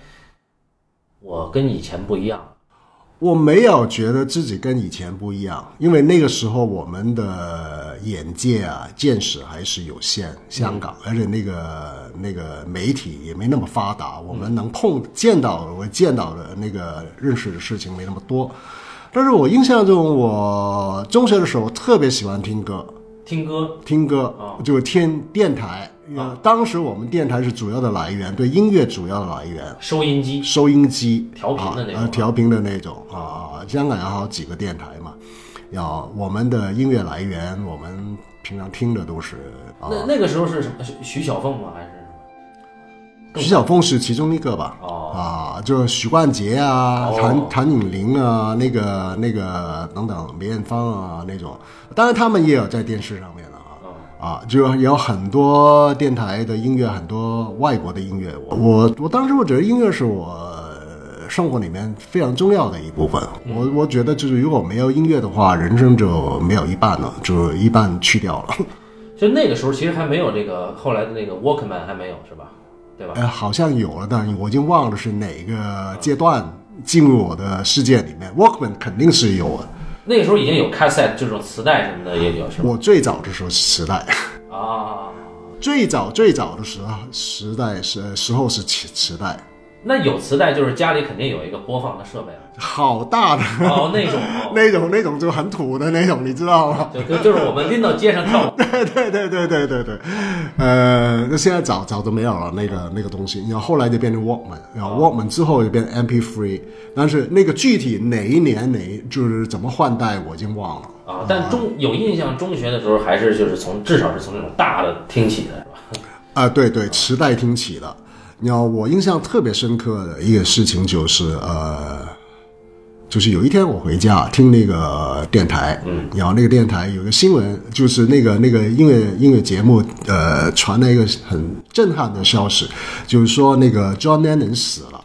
Speaker 1: 我跟以前不一样了？
Speaker 2: 我没有觉得自己跟以前不一样，因为那个时候我们的眼界啊、见识还是有限。香港，而且那个那个媒体也没那么发达，我们能碰见到我见到的那个认识的事情没那么多。但是我印象中，我中学的时候特别喜欢听歌，
Speaker 1: 听歌
Speaker 2: 听歌
Speaker 1: 啊，
Speaker 2: 就是听电台。呃
Speaker 1: 啊
Speaker 2: 当时我们电台是主要的来源，对音乐主要的来源，
Speaker 1: 收音机
Speaker 2: 收音机
Speaker 1: 调频的那种
Speaker 2: 啊呃调频的那种啊。香港有好几个电台嘛，要我们的音乐来源，我们平常听的都是啊，
Speaker 1: 那那个时候是什么？是徐小凤吗？还是什么？
Speaker 2: 徐小凤是其中一个吧？
Speaker 1: 哦，
Speaker 2: 啊，就是许冠杰啊、
Speaker 1: 哦
Speaker 2: 谭谭咏麟啊、那个那个等等梅艳芳啊那种，当然他们也有在电视上面的啊。
Speaker 1: 嗯
Speaker 2: 啊，就也有很多电台的音乐，很多外国的音乐。我我我当时我觉得音乐是我呃生活里面非常重要的一部分。
Speaker 1: 嗯
Speaker 2: 我我觉得就是如果没有音乐的话，人生就没有一半了，就一半去掉了。
Speaker 1: 就那个时候其实还没有这个后来的那个 Walkman 还没有是吧？对吧？
Speaker 2: 呃，好像有了，但我已经忘了是哪个阶段进入我的世界里面。Walkman 肯定是有的，
Speaker 1: 那个时候已经有 cassette 这种磁带什么的也有是吧？
Speaker 2: 我最早的时候是时代，
Speaker 1: 啊，
Speaker 2: 最早最早的时候时代是时候是磁磁带，
Speaker 1: 那有磁带就是家里肯定有一个播放的设备了。
Speaker 2: 好大的。
Speaker 1: 哦，那种哦
Speaker 2: 那种那种就很土的那种，你知道吗？
Speaker 1: 就就就是我们拎到街上跳舞，
Speaker 2: 对对对对对对对，呃，那现在早早都没有了那个那个东西，然后后来就变成 Walkman，然后 Walkman 之后就变 MP3，但是那个具体哪一年哪就是怎么换代我已经忘了。
Speaker 1: 啊，但中有印象，中学的时候还是就是从至少是从那种大的听起的，是吧？
Speaker 2: 啊，对对，磁带听起的。你知道我印象特别深刻的一个事情就是，呃，就是有一天我回家听那个电台，嗯，然后那个电台有个新闻，就是那个那个音乐音乐节目，呃，传了一个很震撼的消息，就是说那个 John Lennon 死了。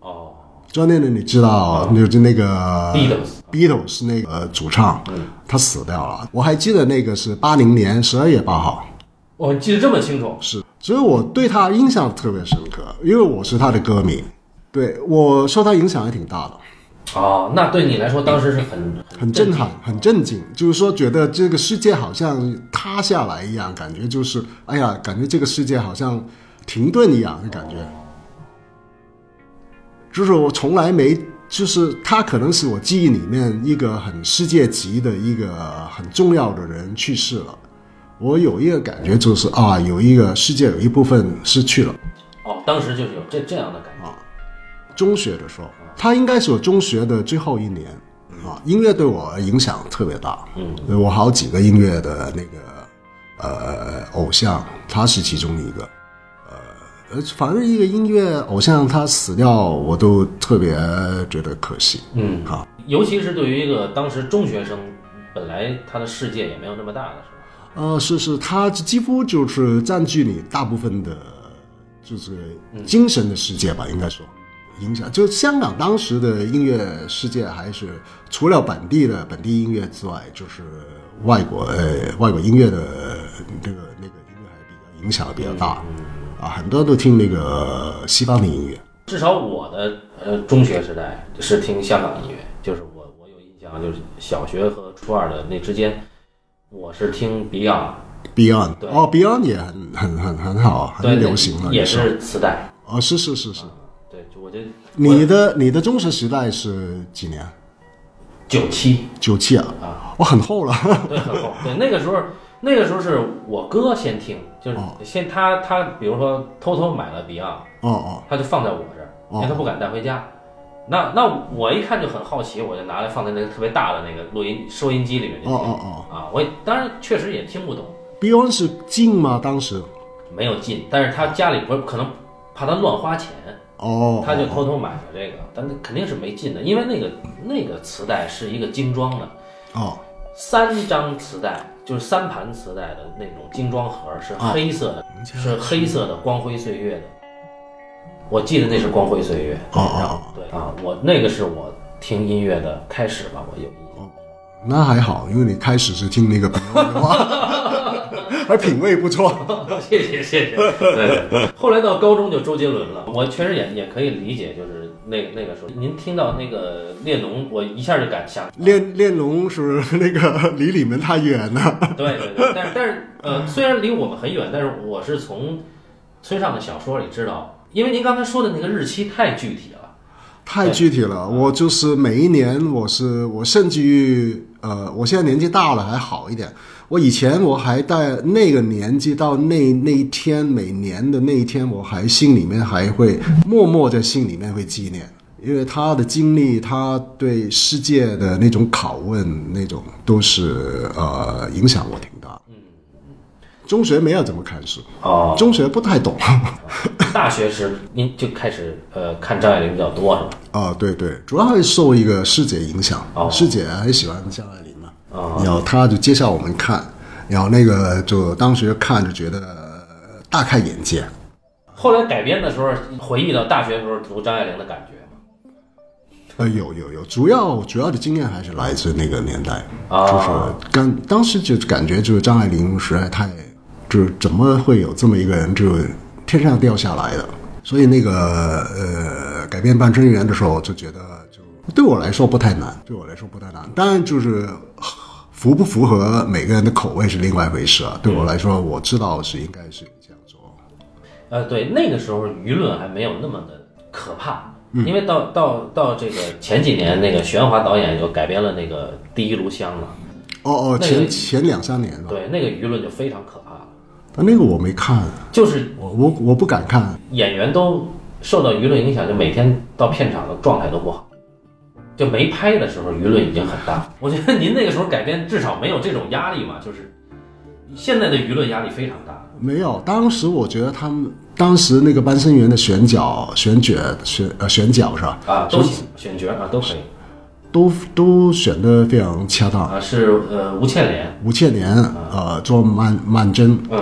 Speaker 1: 哦
Speaker 2: John Lennon 你知道，就是那个
Speaker 1: ，Beatles，
Speaker 2: Beatles 那个呃主唱，他死掉了。我还记得那个是八零年十二月八号。
Speaker 1: 哦，你记得这么清楚，
Speaker 2: 是，所以我对他印象特别深刻，因为我是他的歌迷，对我受他影响还挺大的，
Speaker 1: 哦，那对你来说当时是 很
Speaker 2: 很震撼，很震惊，就是说觉得这个世界好像塌下来一样，感觉就是哎呀，感觉这个世界好像停顿一样的感觉，就是我从来没。就是他可能是我记忆里面一个很世界级的一个很重要的人去世了，我有一个感觉就是啊，有一个世界有一部分失去了。
Speaker 1: 哦，当时就是有这这样的感
Speaker 2: 啊
Speaker 1: 觉，
Speaker 2: 中学的时候，他应该是我中学的最后一年啊。音乐对我影响特别大，
Speaker 1: 嗯，
Speaker 2: 对我好几个音乐的那个呃偶像，他是其中一个。呃，呃反正一个音乐偶像他死掉，我都特别觉得可惜。
Speaker 1: 嗯
Speaker 2: 好，
Speaker 1: 尤其是对于一个当时中学生，本来他的世界也没有那么大的时候，
Speaker 2: 呃，是是，他几乎就是占据你大部分的，就是
Speaker 1: 嗯
Speaker 2: 精神的世界吧，应该说，影响。就香港当时的音乐世界，还是除了本地的本地音乐之外，就是外国呃外国音乐的那个那个音乐还比较影响比较
Speaker 1: 嗯
Speaker 2: 大啊，很多都听那个西方的音乐。
Speaker 1: 至少我的呃中学时代是听香港音乐，就是我我有印象，就是小学和初二的那之间，我是听 Beyond，
Speaker 2: Beyond
Speaker 1: 对
Speaker 2: 哦，Beyond 也很很很很好，
Speaker 1: 对，
Speaker 2: 很啊流行了，
Speaker 1: 也
Speaker 2: 时候
Speaker 1: 是啊磁带，
Speaker 2: 哦，是是是是。
Speaker 1: 对，就我就
Speaker 2: 你的你的中学时代是几年？
Speaker 1: 九七
Speaker 2: 九七啊，我很厚了。
Speaker 1: 对，很厚。对，那个时候，那个时候是我哥先听，就是先他他，比如说偷偷买了 Beyond，
Speaker 2: 哦哦，
Speaker 1: 他就放在我这儿，因为他不敢带回家。那那我一看就很好奇，我就拿来放在那个特别大的那个录音收音机里面就
Speaker 2: 哦
Speaker 1: 听。
Speaker 2: 哦
Speaker 1: 啊，我也当然确实也听不懂，
Speaker 2: 哦，Beyond 是近吗？当时？
Speaker 1: 没有进，但是他家里不是可能怕他乱花钱，
Speaker 2: 哦，
Speaker 1: 他就偷偷买了这个，但那肯定是没进的，因为那个那个磁带是一个精装的，
Speaker 2: 哦
Speaker 1: 三张磁带，就是三盘磁带的那种精装盒，是
Speaker 2: 啊
Speaker 1: 黑色的，是黑色的《光辉岁月》的。我记得那是《光辉岁月》
Speaker 2: 哦哦
Speaker 1: 然后对啊，我那个是我听音乐的开始吧，我有印象。
Speaker 2: 那还好，因为你开始是听那个 Beyond 的话，还品味不错。
Speaker 1: 谢谢谢谢。对对后来到高中就周杰伦了，我确实也也可以理解，就是那个那个时候，您听到那个列侬，我一下就敢想。
Speaker 2: 练练龙是那个离你们太远了。
Speaker 1: 对对对，但是但是呃，虽然离我们很远，但是我是从村上的小说里知道，因为您刚才说的那个日期太具体了。
Speaker 2: 太具体了，我就是每一年，我是我甚至于呃，我现在年纪大了还好一点。我以前我还在那个年纪到那那一天，每年的那一天，我还心里面还会默默在心里面会纪念，因为他的经历，他对世界的那种拷问，那种都是呃影响我挺大。嗯，中学没有怎么看书，
Speaker 1: 哦，
Speaker 2: 中学不太懂。
Speaker 1: 大学时您就开始呃看张爱玲比较多是吧？
Speaker 2: 啊，对对，主要还是受一个师姐影响
Speaker 1: 哦，
Speaker 2: 师姐很喜欢张爱玲嘛，
Speaker 1: 啊、
Speaker 2: 然后她就介绍我们看，然后那个就当时看就觉得呃大开眼界，
Speaker 1: 后来改编的时候回忆到大学的时候读张爱玲的感觉吗
Speaker 2: 呃，有有有，主要主要的经验还是来自那个年代，
Speaker 1: 啊
Speaker 2: 就是刚当时就感觉就是张爱玲实在太，就是怎么会有这么一个人，就是天上掉下来的。所以那个呃，改变《半生缘》的时候，就觉得就对我来说不太难，对我来说不太难。当然就是符不符合每个人的口味是另外一回事啊。对我来说，我知道是应该是这样做。
Speaker 1: 呃，对，那个时候舆论还没有那么的可怕，因为到到到这个前几年，那个玄华导演就改编了那个《第一炉香》嘛，
Speaker 2: 哦哦，
Speaker 1: 那
Speaker 2: 前
Speaker 1: 个
Speaker 2: 前两三年吧，
Speaker 1: 对，那个舆论就非常可怕了，
Speaker 2: 但那个我没看，
Speaker 1: 就是
Speaker 2: 我我我不敢看。
Speaker 1: 演员都受到舆论影响，就每天到片场的状态都不好。就没拍的时候，舆论已经很大。我觉得您那个时候改编至少没有这种压力嘛，就是现在的舆论压力非常大。
Speaker 2: 没有，当时我觉得他们当时那个班生员的选角、选角、选呃选角是吧？
Speaker 1: 啊，都行，选角啊都可以
Speaker 2: 都都选的非常恰当。
Speaker 1: 啊，是呃吴倩莲，
Speaker 2: 吴倩莲呃做曼曼桢，
Speaker 1: 嗯，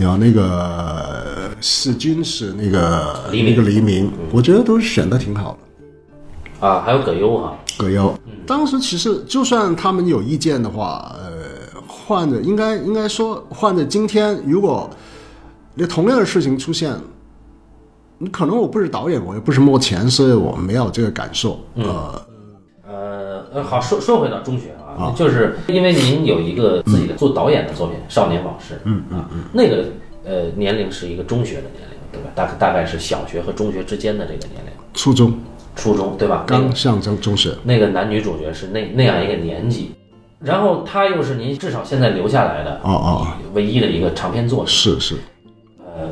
Speaker 2: 然后那个呃世君是那个
Speaker 1: 黎
Speaker 2: 那
Speaker 1: 明嗯
Speaker 2: 个黎明，我觉得都选的挺好的。
Speaker 1: 啊还有葛优哈、
Speaker 2: 葛优，当时其实就算他们有意见的话，呃，换着应该应该说换着今天，如果那同样的事情出现，你可能我不是导演，我也不是幕前，所以我没有这个感受。呃，
Speaker 1: 呃，呃，好，说说回到中学啊，就是因为您有一个自己的做导演的作品《少年往事》，嗯嗯嗯，那个呃年龄是一个中学的年龄，对吧？大大概是小学和中学之间的这个年龄，
Speaker 2: 初中
Speaker 1: 初中对吧？那个
Speaker 2: 刚上中中学，
Speaker 1: 那个男女主角是那那样一个年纪，然后他又是您至少现在留下来的
Speaker 2: 哦哦，
Speaker 1: 唯一的一个长篇作品，
Speaker 2: 是是。
Speaker 1: 呃，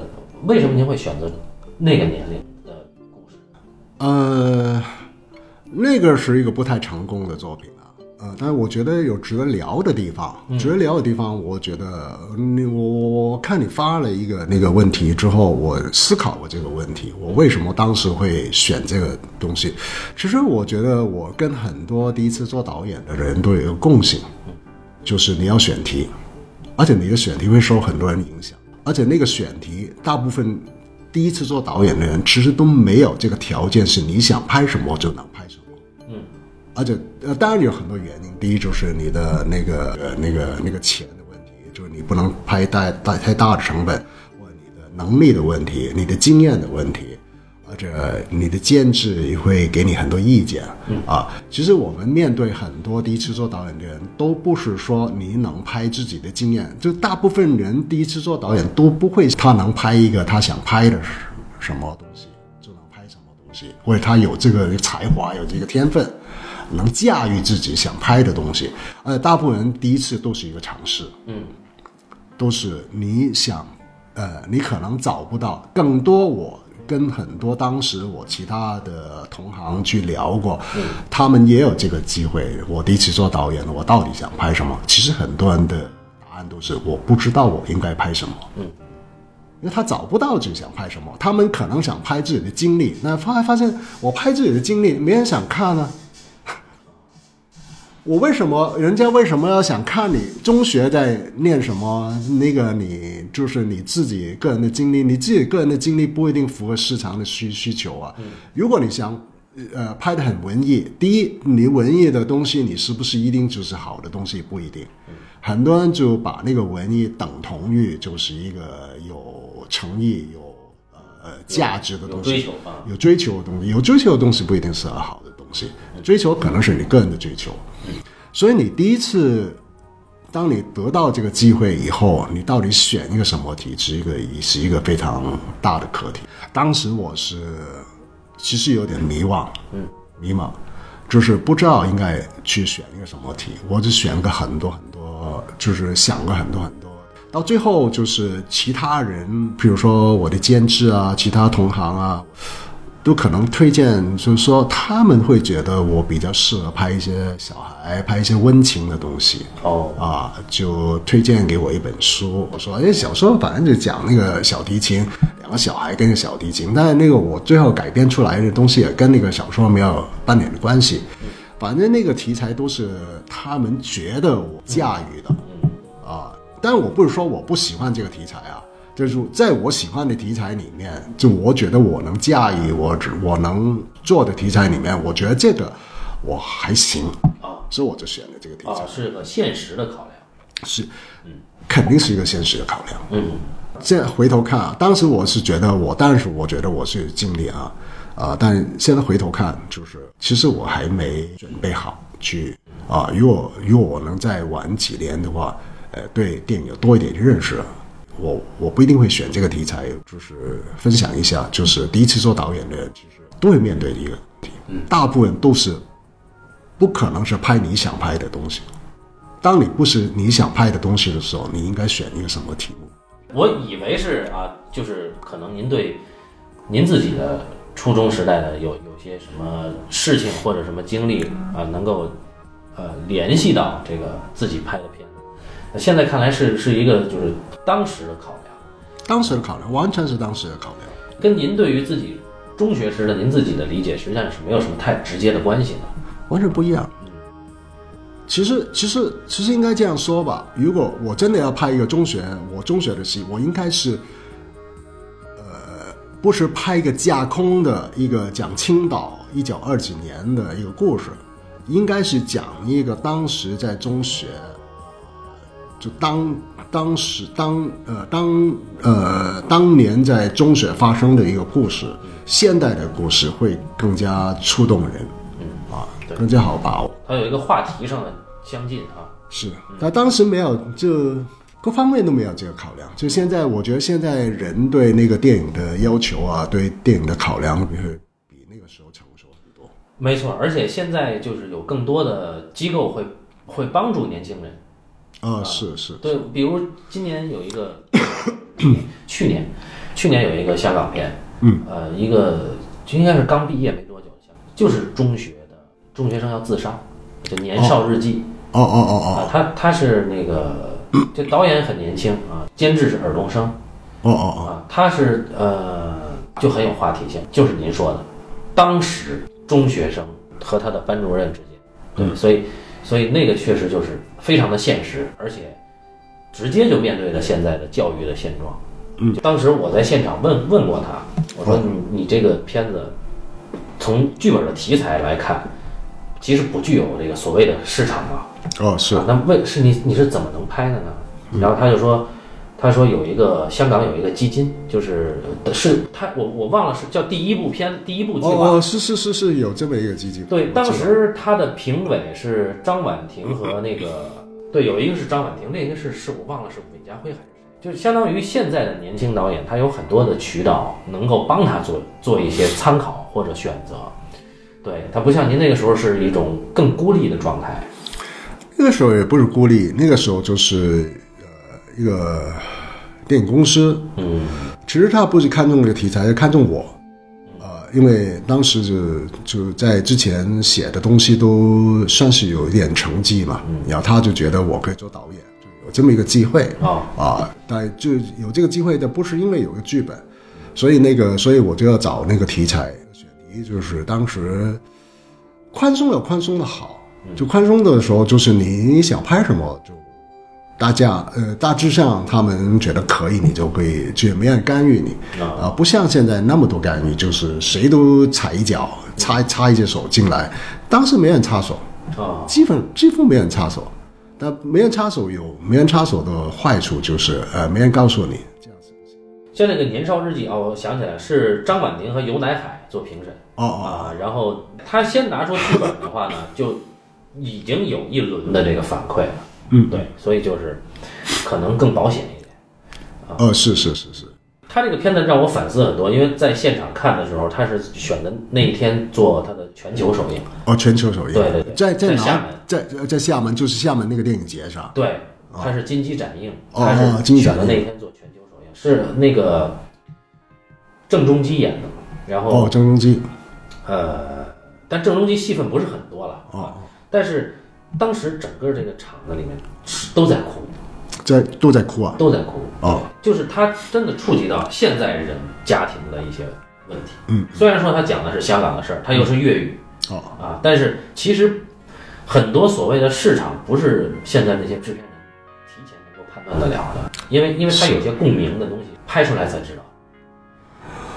Speaker 1: 为什么您会选择那个年龄的故事？
Speaker 2: 呃，那个是一个不太成功的作品啊。呃，但是我觉得有值得聊的地方，值得聊的地方，我觉得你我我我看你发了一个那个问题之后，我思考过这个问题，我为什么当时会选这个东西？其实我觉得我跟很多第一次做导演的人都有一个共性，就是你要选题，而且你的选题会受很多人影响，而且那个选题大部分第一次做导演的人其实都没有这个条件，是你想拍什么就能拍什么。
Speaker 1: 嗯，
Speaker 2: 而且呃，当然有很多原因，第一就是你的那个、呃那个那个钱的问题，就是你不能拍太大太大的成本，或者你的能力的问题，你的经验的问题。而且你的监制也会给你很多意见、啊。其实我们面对很多第一次做导演的人，都不是说你能拍自己的经验，就大部分人第一次做导演都不会他能拍一个他想拍的是什么东西，就能拍什么东西，或者他有这个才华，有这个天分，能驾驭自己想拍的东西。而且大部分人第一次都是一个尝试，
Speaker 1: 嗯，
Speaker 2: 都是你想，呃，你可能找不到更多我。跟很多当时我其他的同行去聊过，他们也有这个机会。我第一次做导演了，我到底想拍什么？其实很多人的答案都是我不知道我应该拍什么，
Speaker 1: 嗯，
Speaker 2: 因为他找不到自己想拍什么，他们可能想拍自己的经历，那发发现我拍自己的经历，没人想看啊呢、我为什么人家为什么要想看你中学在念什么？那个你就是你自己个人的经历，你自己个人的经历不一定符合市场的需需求啊。如果你想呃拍的很文艺，第一，你文艺的东西你是不是一定就是好的东西？不一定。很多人就把那个文艺等同于就是一个有诚意、有呃价值的
Speaker 1: 有
Speaker 2: 东西，
Speaker 1: 追求啊，
Speaker 2: 有追求的东西，有追求的东西不一定是好的东西，追求可能是你个人的追求。所以你第一次，当你得到这个机会以后，你到底选一个什么题，是一个也是一个非常大的课题。当时我是其实有点迷惘，嗯，迷茫，就是不知道应该去选一个什么题，我只选个很多很多，就是想过很多很多。到最后就是其他人，比如说我的监制啊，其他同行啊，都可能推荐，就是说他们会觉得我比较适合拍一些小孩，拍一些温情的东西
Speaker 1: 哦，
Speaker 2: 啊，就推荐给我一本书。我说，哎，小时候反正就讲那个小提琴，两个小孩跟一个小提琴，但是那个我最后改编出来的东西也跟那个小说没有半点的关系。反正那个题材都是他们觉得我驾驭的啊，但我不是说我不喜欢这个题材啊，就是在我喜欢的题材里面，就我觉得我能驾驭我只我能做的题材里面，我觉得这个我还行，
Speaker 1: 啊
Speaker 2: 所以我就选了这个题材
Speaker 1: 啊，，是个现实的考量。
Speaker 2: 是，肯定是一个现实的考量。
Speaker 1: 嗯，
Speaker 2: 现在回头看啊，当时我是觉得我，当时我觉得我是尽力啊，啊、但现在回头看，就是其实我还没准备好去啊、如果如果我能再晚几年的话，呃，对电影有多一点认识，我我不一定会选这个题材，就是分享一下，就是第一次做导演的人，其实都会面对的一个问题，大部分都是不可能是拍你想拍的东西。当你不是你想拍的东西的时候，你应该选一个什么题目？
Speaker 1: 我以为是啊，就是可能您对您自己的初中时代的有有些什么事情或者什么经历啊，能够呃联系到这个自己拍的片子。那现在看来是是一个就是当时的考量，
Speaker 2: 当时的考量完全是当时的考量，
Speaker 1: 跟您对于自己中学时的您自己的理解实际上是没有什么太直接的关系的。
Speaker 2: 完全不一样。其实，其实，其实应该这样说吧。如果我真的要拍一个中学，我中学的戏，我应该是，呃，不是拍一个架空的一个讲青岛一九二几年的一个故事，应该是讲一个当时在中学就当当时当呃当呃当年在中学发生的一个故事，现代的故事会更加触动人，啊
Speaker 1: 对，
Speaker 2: 更加好把握。
Speaker 1: 它有一个话题上的相近啊，
Speaker 2: 是，但当时没有，就各方面都没有这个考量。就现在，我觉得现在人对那个电影的要求啊，对电影的考量，比比那个时候成熟很多。
Speaker 1: 没错。而且现在就是有更多的机构会会帮助年轻人。
Speaker 2: 啊，是是，
Speaker 1: 对，比如今年有一个，去年，去年有一个香港片，
Speaker 2: 嗯，
Speaker 1: 呃，一个就应该是刚毕业没多久，就是中学的中学生要自杀，就《年少日记
Speaker 2: 哦哦》
Speaker 1: 啊
Speaker 2: 哦，
Speaker 1: 他他是那个，这导演很年轻啊，监制是尔冬升
Speaker 2: 哦哦哦
Speaker 1: 啊，他是呃就很有话题性，就是您说的，当时中学生和他的班主任之间，对，所以所以那个确实就是非常的现实，而且直接就面对了现在的教育的现状。嗯，当时我在现场问问过他，我说你你这个片子从剧本的题材来看，其实不具有这个所谓的市场啊，
Speaker 2: 哦，是
Speaker 1: 啊，那为是你你是怎么能拍的呢？然后他就说，他说有一个香港有一个基金，就是是他我我忘了是叫第一部片第一部计划。
Speaker 2: 哦哦，是是是是有这么一个基金。
Speaker 1: 对，当
Speaker 2: 我知道
Speaker 1: 时他的评委是张婉婷和那个对，有一个是张婉婷，另一个是是我忘了是韦家辉还是谁，就是相当于现在的年轻导演，他有很多的渠道能够帮他做做一些参考或者选择。对他不像您那个时候是一种更孤立的状态。
Speaker 2: 那个时候也不是孤立，那个时候就是呃一个电影公司，
Speaker 1: 嗯
Speaker 2: 其实他不是看中这个题材，是看中我。呃，因为当时就就在之前写的东西都算是有一点成绩嘛，然后他就觉得我可以做导演，就有这么一个机会
Speaker 1: 哦
Speaker 2: 啊。但就有这个机会的，不是因为有个剧本，所以那个，所以我就要找那个题材。选题就是当时宽松有宽松的好，就宽松的时候，就是你想拍什么就大家呃大致上他们觉得可以，你就可以去，没人干预你
Speaker 1: 啊
Speaker 2: 啊、不像现在那么多干预，就是谁都踩一脚，插插一只手进来，当时没人插手，
Speaker 1: 啊
Speaker 2: 基本几乎没人插手。但没人插手有没人插手的坏处，就是呃没人告诉你，
Speaker 1: 像那个《年少日记》哦，我想起来是张婉婷和尤乃海做评审
Speaker 2: 哦哦，
Speaker 1: 啊，然后他先拿出剧本的话呢，就已经有一轮的这个反馈了，
Speaker 2: 嗯，
Speaker 1: 对，所以就是可能更保险一点。
Speaker 2: 哦是是是是，
Speaker 1: 他这个片子让我反思很多，因为在现场看的时候，他是选的那一天做他的全球首映，
Speaker 2: 哦全球首映，
Speaker 1: 对对对
Speaker 2: 在
Speaker 1: 在厦
Speaker 2: 哪
Speaker 1: 门？
Speaker 2: 在呃在在厦门，就是厦门那个电影节是吧？
Speaker 1: 对，他是金鸡展映，
Speaker 2: 哦
Speaker 1: 他
Speaker 2: 哦
Speaker 1: 是
Speaker 2: 金鸡
Speaker 1: 选
Speaker 2: 展
Speaker 1: 的
Speaker 2: 映
Speaker 1: 那一天做全球首映，是那个郑中基演的，然后
Speaker 2: 哦，郑中基，
Speaker 1: 呃，但郑中基戏份不是很多了啊。
Speaker 2: 哦
Speaker 1: 但是当时整个这个场子里面都在哭，
Speaker 2: 在都在哭啊。
Speaker 1: 都在哭。
Speaker 2: 哦，
Speaker 1: 就是他真的触及到现在人家庭的一些问题。
Speaker 2: 嗯，
Speaker 1: 虽然说他讲的是香港的事儿，他又是粤语
Speaker 2: 哦，
Speaker 1: 啊，但是其实很多所谓的市场不是现在这些制片人提前能够判断得了的，因为因为他有些共鸣的东西拍出来才知道。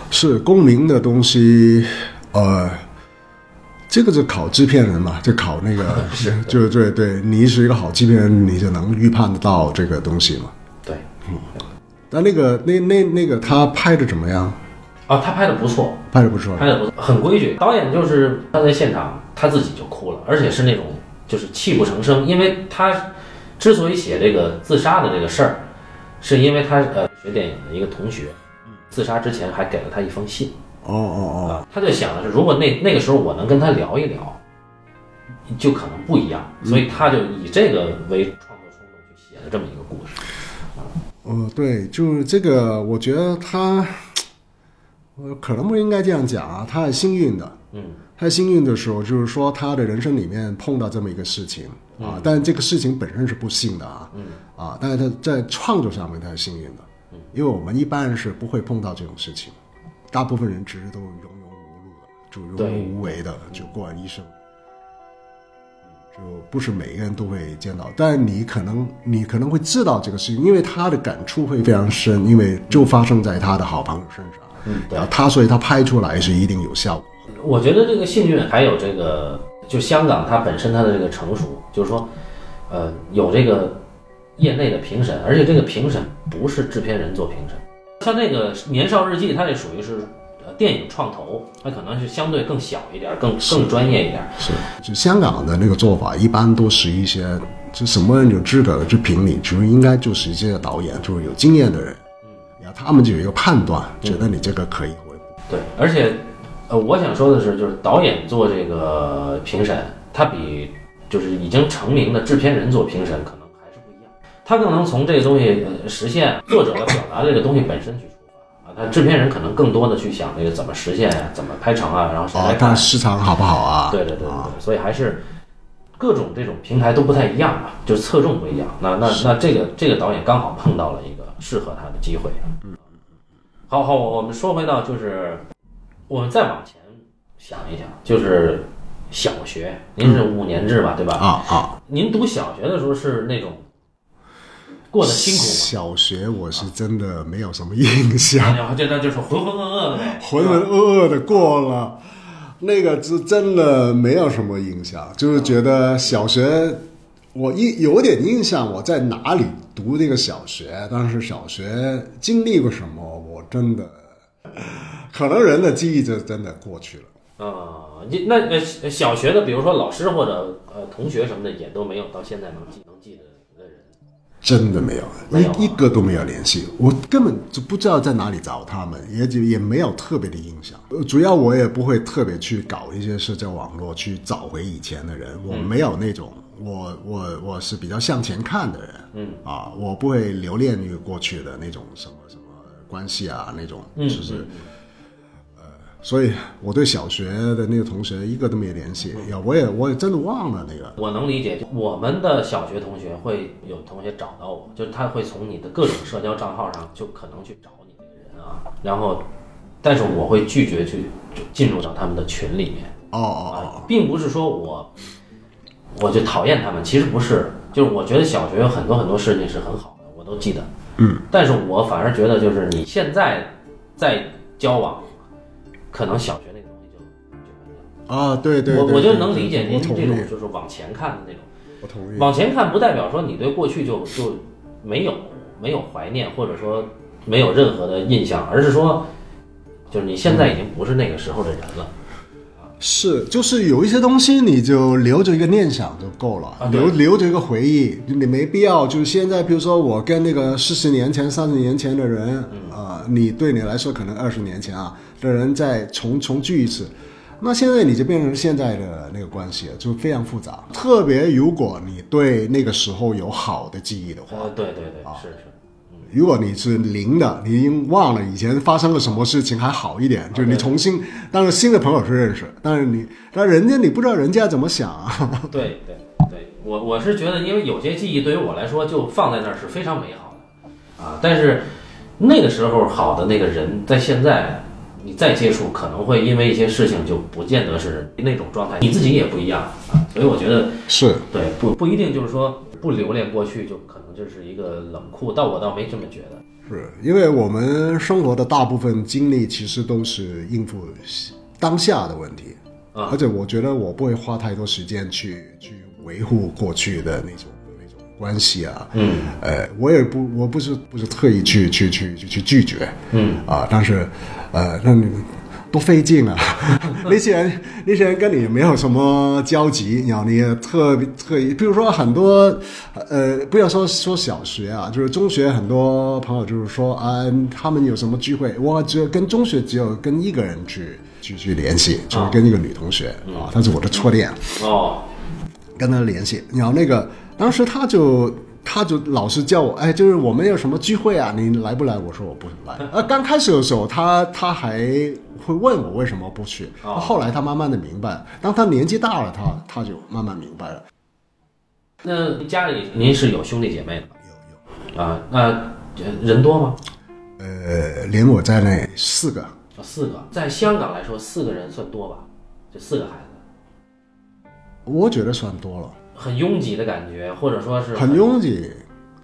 Speaker 2: 是共鸣的东西，呃，这个就考制片人嘛，就考那个
Speaker 1: 是，
Speaker 2: 就对对，你是一个好制片人，你就能预判得到这个东西嘛。嗯
Speaker 1: 对，
Speaker 2: 那那个那那那个他拍的怎么样？
Speaker 1: 啊，他拍的不错，
Speaker 2: 拍的不错，
Speaker 1: 拍的不错，很规矩。导演就是他在现场他自己就哭了，而且是那种就是泣不成声，因为他之所以写这个自杀的这个事儿，是因为他呃学电影的一个同学，自杀之前还给了他一封信
Speaker 2: 哦哦
Speaker 1: 啊，他就想的是如果那那个时候我能跟他聊一聊，就可能不一样，所以他就以这个为创作冲动去写了这么一个故事。
Speaker 2: 哦，哦，对，就是这个，我觉得他，我呃可能不应该这样讲啊，他很幸运的，
Speaker 1: 嗯，
Speaker 2: 他幸运的时候，就是说他的人生里面碰到这么一个事情啊，但这个事情本身是不幸的啊，啊，但是他在创作上面他是幸运的，啊因为我们一般人是不会碰到这种事情，大部分人其实都是庸庸无路的，就庸
Speaker 1: 对
Speaker 2: 庸无为的，就过完一生，就不是每个人都会见到，但你可能你可能会知道这个事情，因为他的感触会非常深，因为就发生在他的好朋友身上，
Speaker 1: 嗯，对
Speaker 2: 然。后他所以他拍出来是一定有效果。
Speaker 1: 我觉得这个幸运还有这个，就香港它本身它的这个成熟，就是说，呃，有这个业内的评审，而且这个评审不是制片人做评审，像那个《年少日记》，它这属于是呃电影创投，它可能是相对更小一点儿，更更专业一点儿。
Speaker 2: 是，就香港的那个做法，一般都是一些就什么人有资格去评你，就是应该就是一些导演，就是有经验的人，
Speaker 1: 嗯
Speaker 2: 然后他们就有一个判断，觉得你这个可以或者
Speaker 1: 对，而且，呃，我想说的是，就是导演做这个评审，他比就是已经成名的制片人做评审可能还是不一样，他更能从这个东西、呃、实现作者要表达这个东西本身去出发啊，他制片人可能更多的去想这个怎么实现啊，怎么拍成啊，然后谁
Speaker 2: 啊
Speaker 1: 来，看
Speaker 2: 看市场好不好啊？
Speaker 1: 对对对对对，所以还是各种这种平台都不太一样吧，就是侧重不一样。那那那这个这个导演刚好碰到了一个适合他的机会。嗯，好好，我们说回到就是我们再往前想一想，就是小学，您是五年制吧，对吧？
Speaker 2: 啊啊，
Speaker 1: 您读小学的时候是那种过得辛苦
Speaker 2: 小学我是真的没有什么印 象。
Speaker 1: 吗？然后这那就是浑浑噩噩的呗，
Speaker 2: 浑浑噩噩的过了，那个是真的没有什么印象，就是觉得小学我一有点印象，我在哪里读那个小学，但是小学经历过什么，我真的可能人的记忆就真的过去了。
Speaker 1: 啊、你那呃小学的，比如说老师或者呃同学什么的，也都没有到现在能记能记得的人。
Speaker 2: 真的没有，
Speaker 1: 没有啊
Speaker 2: 一一个都没有联系，我根本就不知道在哪里找他们，也就也没有特别的印象。呃主要我也不会特别去搞一些社交网络去找回以前的人，
Speaker 1: 嗯
Speaker 2: 我没有那种，我我我是比较向前看的人，
Speaker 1: 嗯
Speaker 2: 啊，我不会留恋于过去的那种什么什么关系啊那种，
Speaker 1: 嗯
Speaker 2: 就是。呃，所以我对小学的那个同学一个都没有联
Speaker 1: 嗯
Speaker 2: 系，呀，我也我也真的忘了那个，
Speaker 1: 我能理解，我们的小学同学会有同学找到我，就是他会从你的各种社交账号上就可能去找你这个人啊，然后，但是我会拒绝去就进入到他们的群里面
Speaker 2: 哦哦
Speaker 1: 啊，并不是说我我就讨厌他们，其实不是，就是我觉得小学有很多很多事情是很好的，我都记得，
Speaker 2: 嗯，
Speaker 1: 但是我反而觉得就是你现在在交往，可能小学那个东西就就没了，
Speaker 2: 哦啊，对对，
Speaker 1: 我
Speaker 2: 对
Speaker 1: 我就
Speaker 2: 对
Speaker 1: 能
Speaker 2: 对
Speaker 1: 理解
Speaker 2: 我
Speaker 1: 您
Speaker 2: 同
Speaker 1: 这
Speaker 2: 意
Speaker 1: 种。就是往前看的那种。
Speaker 2: 我同意。
Speaker 1: 往前看不代表说你对过去就就没有没有怀念，或者说没有任何的印象，而是说，就是你现在已经不是那个时候的人了。
Speaker 2: 嗯是，就是有一些东西你就留着一个念想就够了，
Speaker 1: 啊对
Speaker 2: 留留着一个回忆，你没必要就是现在，比如说我跟那个四十年前、三十年前的人，啊、你对你来说可能二十年前啊的人再重重聚一次。那现在你就变成现在的那个关系了，就非常复杂。特别如果你对那个时候有好的记忆的话，
Speaker 1: 呃，对对对，是是，
Speaker 2: 如果你是零的，你已经忘了以前发生了什么事情，还好一点，就是你重新，当 然新的朋友是认识，但是你，但人家你不知道人家怎么想啊。
Speaker 1: 对对对，我我是觉得，因为有些记忆对于我来说就放在那儿是非常美好的啊，但是那个时候好的那个人，在现在你再接触，可能会因为一些事情就不见得是那种状态，你自己也不一样啊，所以我觉得
Speaker 2: 是
Speaker 1: 对不不一定就是说不留恋过去，就可能就是一个冷酷，但我倒没这么觉得。
Speaker 2: 是，因为我们生活的大部分精力其实都是应付当下的问题，
Speaker 1: 啊
Speaker 2: 而且我觉得我不会花太多时间去去维护过去的那种那种关系啊，
Speaker 1: 嗯
Speaker 2: 呃，我也不我不是不是特意去去去去去拒绝，
Speaker 1: 嗯
Speaker 2: 啊，但是呃，那你多费劲啊！那些人，那些人跟你没有什么交集，然后你也特别特意，比如说很多呃，不要说说小学啊，就是中学很多朋友就是说啊，他们有什么聚会，我只有跟中学只有跟一个人去去去联系，就是跟一个女同学啊，她是我的初恋。
Speaker 1: 哦
Speaker 2: 跟他联系，然后那个当时他就他就老是叫我，哎，就是我们有什么聚会啊，你来不来？我说我不 来。呃，刚开始的时候，他他还会问我为什么不去，
Speaker 1: 哦
Speaker 2: 后来他慢慢的明白，当他年纪大了，他他就慢慢明白了。
Speaker 1: 那您家里您是有兄弟姐妹的吗？有有啊，那人多吗？
Speaker 2: 呃，连我在内四个，
Speaker 1: 啊，四个，在香港来说，四个人算多吧？这四个孩子
Speaker 2: 我觉得算多了，
Speaker 1: 很拥挤的感觉，或者说是哦
Speaker 2: 很拥挤，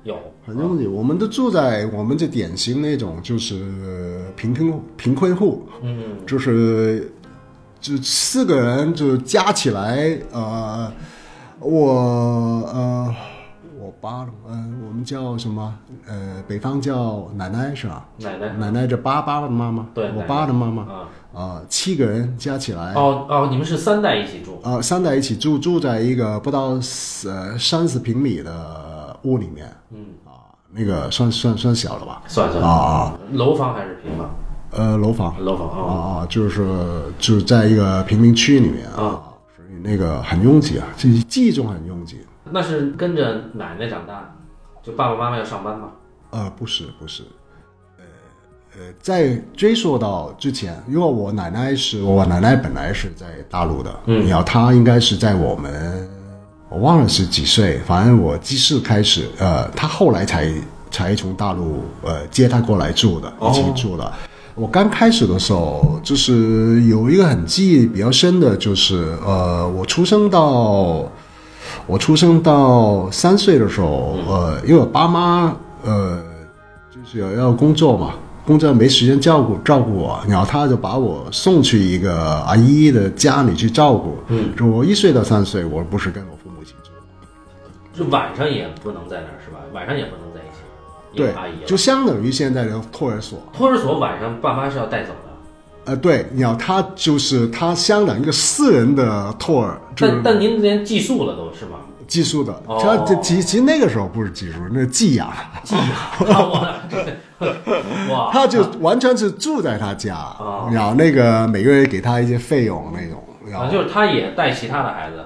Speaker 1: 有
Speaker 2: 很拥挤。我们都住在我们这典型那种就是呃贫困贫困户，
Speaker 1: 嗯
Speaker 2: 就是就四个人就加起来，呃，我呃我爸，嗯、我们叫什么？呃，北方叫奶奶是吧？
Speaker 1: 奶奶
Speaker 2: 奶奶叫爸爸的妈妈，
Speaker 1: 对
Speaker 2: 我爸的妈妈，
Speaker 1: 啊
Speaker 2: 啊、七个人加起来，
Speaker 1: 哦哦，你们是三代一起住
Speaker 2: 呃，三代一起住，住在一个不到呃三十平米的屋里面，
Speaker 1: 嗯
Speaker 2: 啊，那个算算算小了吧？
Speaker 1: 算算
Speaker 2: 啊啊，
Speaker 1: 楼房还是平房？
Speaker 2: 呃，楼房，
Speaker 1: 楼房啊、哦
Speaker 2: 啊，就是就是在一个贫民区里面啊，所以那个很拥挤啊，记记忆中很拥挤。
Speaker 1: 那是跟着奶奶长大，就爸爸妈妈要上班嘛。
Speaker 2: 呃，不是不是，呃呃，在追溯到之前，因为我奶奶是我奶奶本来是在大陆的，
Speaker 1: 嗯
Speaker 2: 然后她应该是在我们我忘了是几岁，反正我记事开始，呃，她后来才才从大陆呃接她过来住的，一起
Speaker 1: 哦
Speaker 2: 住的。我刚开始的时候，就是有一个很记忆比较深的，就是呃，我出生到我出生到三岁的时候，呃，因为我爸妈呃就是要要工作嘛，工作没时间照顾照顾我，然后他就把我送去一个阿姨的家里去照顾。
Speaker 1: 嗯，
Speaker 2: 就我一岁到三岁，我不是跟我父母一起住，
Speaker 1: 就晚上也不能在那儿是吧？晚上也不能在一起，因为
Speaker 2: 对
Speaker 1: 阿姨，了
Speaker 2: 就相等于现在的托儿所。
Speaker 1: 托儿所晚上爸妈是要带走的，
Speaker 2: 呃，对，然后他就是他相等于一个私人的托儿，就是
Speaker 1: 但但您连寄宿了都是 吗？
Speaker 2: 寄宿的。
Speaker 1: 哦
Speaker 2: 他这其其实那个时候不是寄宿，那是寄养，
Speaker 1: 寄养，啊我 哇，
Speaker 2: 他就完全是住在他家，
Speaker 1: 哦
Speaker 2: 然后那个每个月给他一些费用那种，然后
Speaker 1: 啊，就是他也带其他的孩子，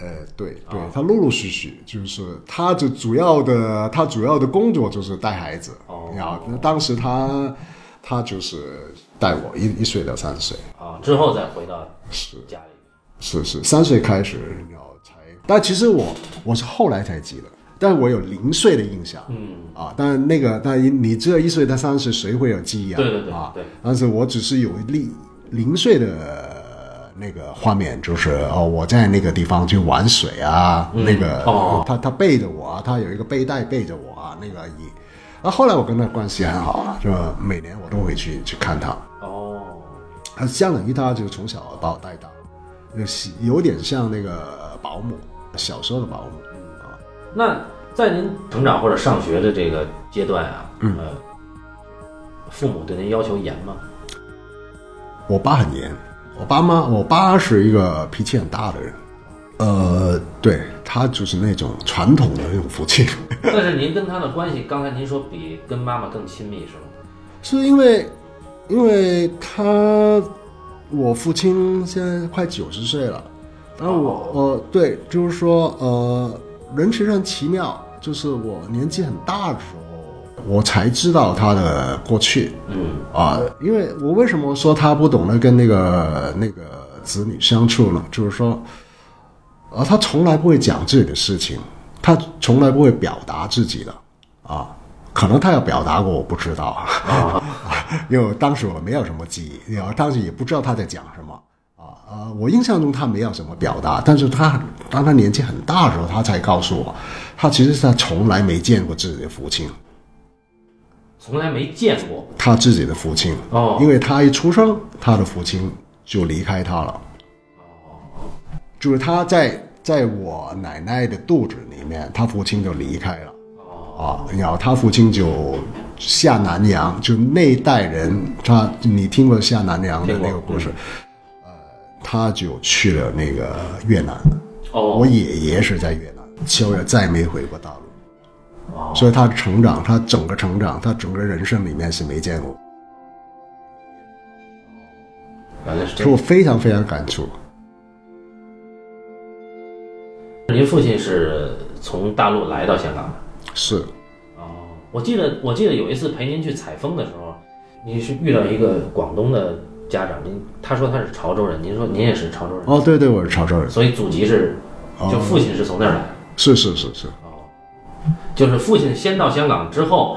Speaker 2: 呃，对对
Speaker 1: 啊，
Speaker 2: 他陆陆续续就是他的主要的他主要的工作就是带孩子，
Speaker 1: 哦
Speaker 2: 然后当时他他就是带我一一岁到三岁，
Speaker 1: 啊，之后再回到
Speaker 2: 是
Speaker 1: 家里。
Speaker 2: 是是，三岁开始然后才，但其实我我是后来才记得，但我有零岁的印象，
Speaker 1: 嗯，
Speaker 2: 啊，但那个，但你只有一岁到三岁，谁会有记忆啊？
Speaker 1: 对对对
Speaker 2: 啊
Speaker 1: 对，
Speaker 2: 但是我只是有零零岁的呃那个画面，就是哦，我在那个地方去玩水啊，
Speaker 1: 嗯
Speaker 2: 那个、
Speaker 1: 哦
Speaker 2: 他他背着我啊，他有一个背带背着我啊，那个阿姨。啊，后来我跟他关系很好啊，就每年我都会去去看他。
Speaker 1: 哦，
Speaker 2: 他相等于他就从小把我带大，就是有点像那个保姆，小时候的保姆。
Speaker 1: 那在您成长或者上学的这个阶段啊，嗯、呃，父母对您要求严吗？
Speaker 2: 我爸很严，我爸妈，我爸是一个脾气很大的人，呃，对他就是那种传统的那种父亲，
Speaker 1: 但是您跟他的关系，刚才您说比跟妈妈更亲密是
Speaker 2: 嗯
Speaker 1: 吗？
Speaker 2: 是因为，因为他，我父亲现在快九十岁了，然后我，呃，对，就是说，呃，人其实很奇妙，就是我年纪很大的时候，我才知道他的过去，
Speaker 1: 嗯，
Speaker 2: 啊，因为我为什么说他不懂得跟那个那个子女相处呢？就是说，而啊他从来不会讲自己的事情，他从来不会表达自己的啊。可能他要表达过，我不知道， 因为当时我没有什么记忆，然后当时也不知道他在讲什么啊呃，我印象中他没有什么表达，但是他当他年纪很大的时候，他才告诉我，他其实他从来没见过自己的父亲，
Speaker 1: 从来没见过
Speaker 2: 他自己的父亲，
Speaker 1: 哦
Speaker 2: 因为他一出生，他的父亲就离开他了，就是他在在我奶奶的肚子里面，他父亲就离开了。啊，然后他父亲就下南洋，就那一代人，他你听过下南洋的那个故事？呃，他就去了那个越南，我
Speaker 1: 哦
Speaker 2: 爷爷是在越南，后来再没回过大陆，所以他成长，他整个成长，他整个人生里面是没见过，
Speaker 1: 原来是这
Speaker 2: 所以
Speaker 1: 样。
Speaker 2: 我非常非常感触。
Speaker 1: 您父亲是从大陆来到香港的。
Speaker 2: 是
Speaker 1: 哦，我记得我记得有一次陪您去采风的时候，您是遇到一个广东的家长，您他说他是潮州人，您说您也是潮州人，
Speaker 2: 哦，对对，我是潮州人，
Speaker 1: 所以祖籍是
Speaker 2: 哦
Speaker 1: 就父亲是从那儿来的，哦
Speaker 2: 是是是是，
Speaker 1: 就是父亲先到香港之后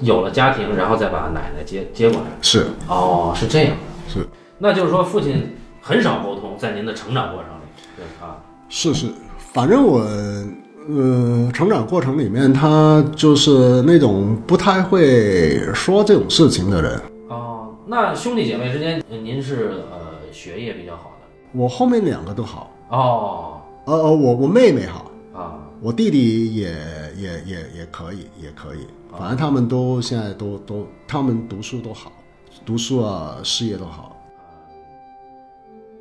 Speaker 1: 有了家庭，然后再把奶奶接接过来。
Speaker 2: 是
Speaker 1: 哦，是这样的，
Speaker 2: 是，
Speaker 1: 那就是说父亲很少沟通，在您的成长过程里，对啊，
Speaker 2: 是是，反正我呃成长过程里面，他就是那种不太会说这种事情的人。
Speaker 1: 哦，那兄弟姐妹之间，呃您是呃学业比较好的，
Speaker 2: 我后面两个都好，
Speaker 1: 哦
Speaker 2: 呃呃，我我妹妹好，
Speaker 1: 啊。
Speaker 2: 我弟弟也也也也可以，也可以，反正他们都现在都都他们读书都好，读书啊事业都好。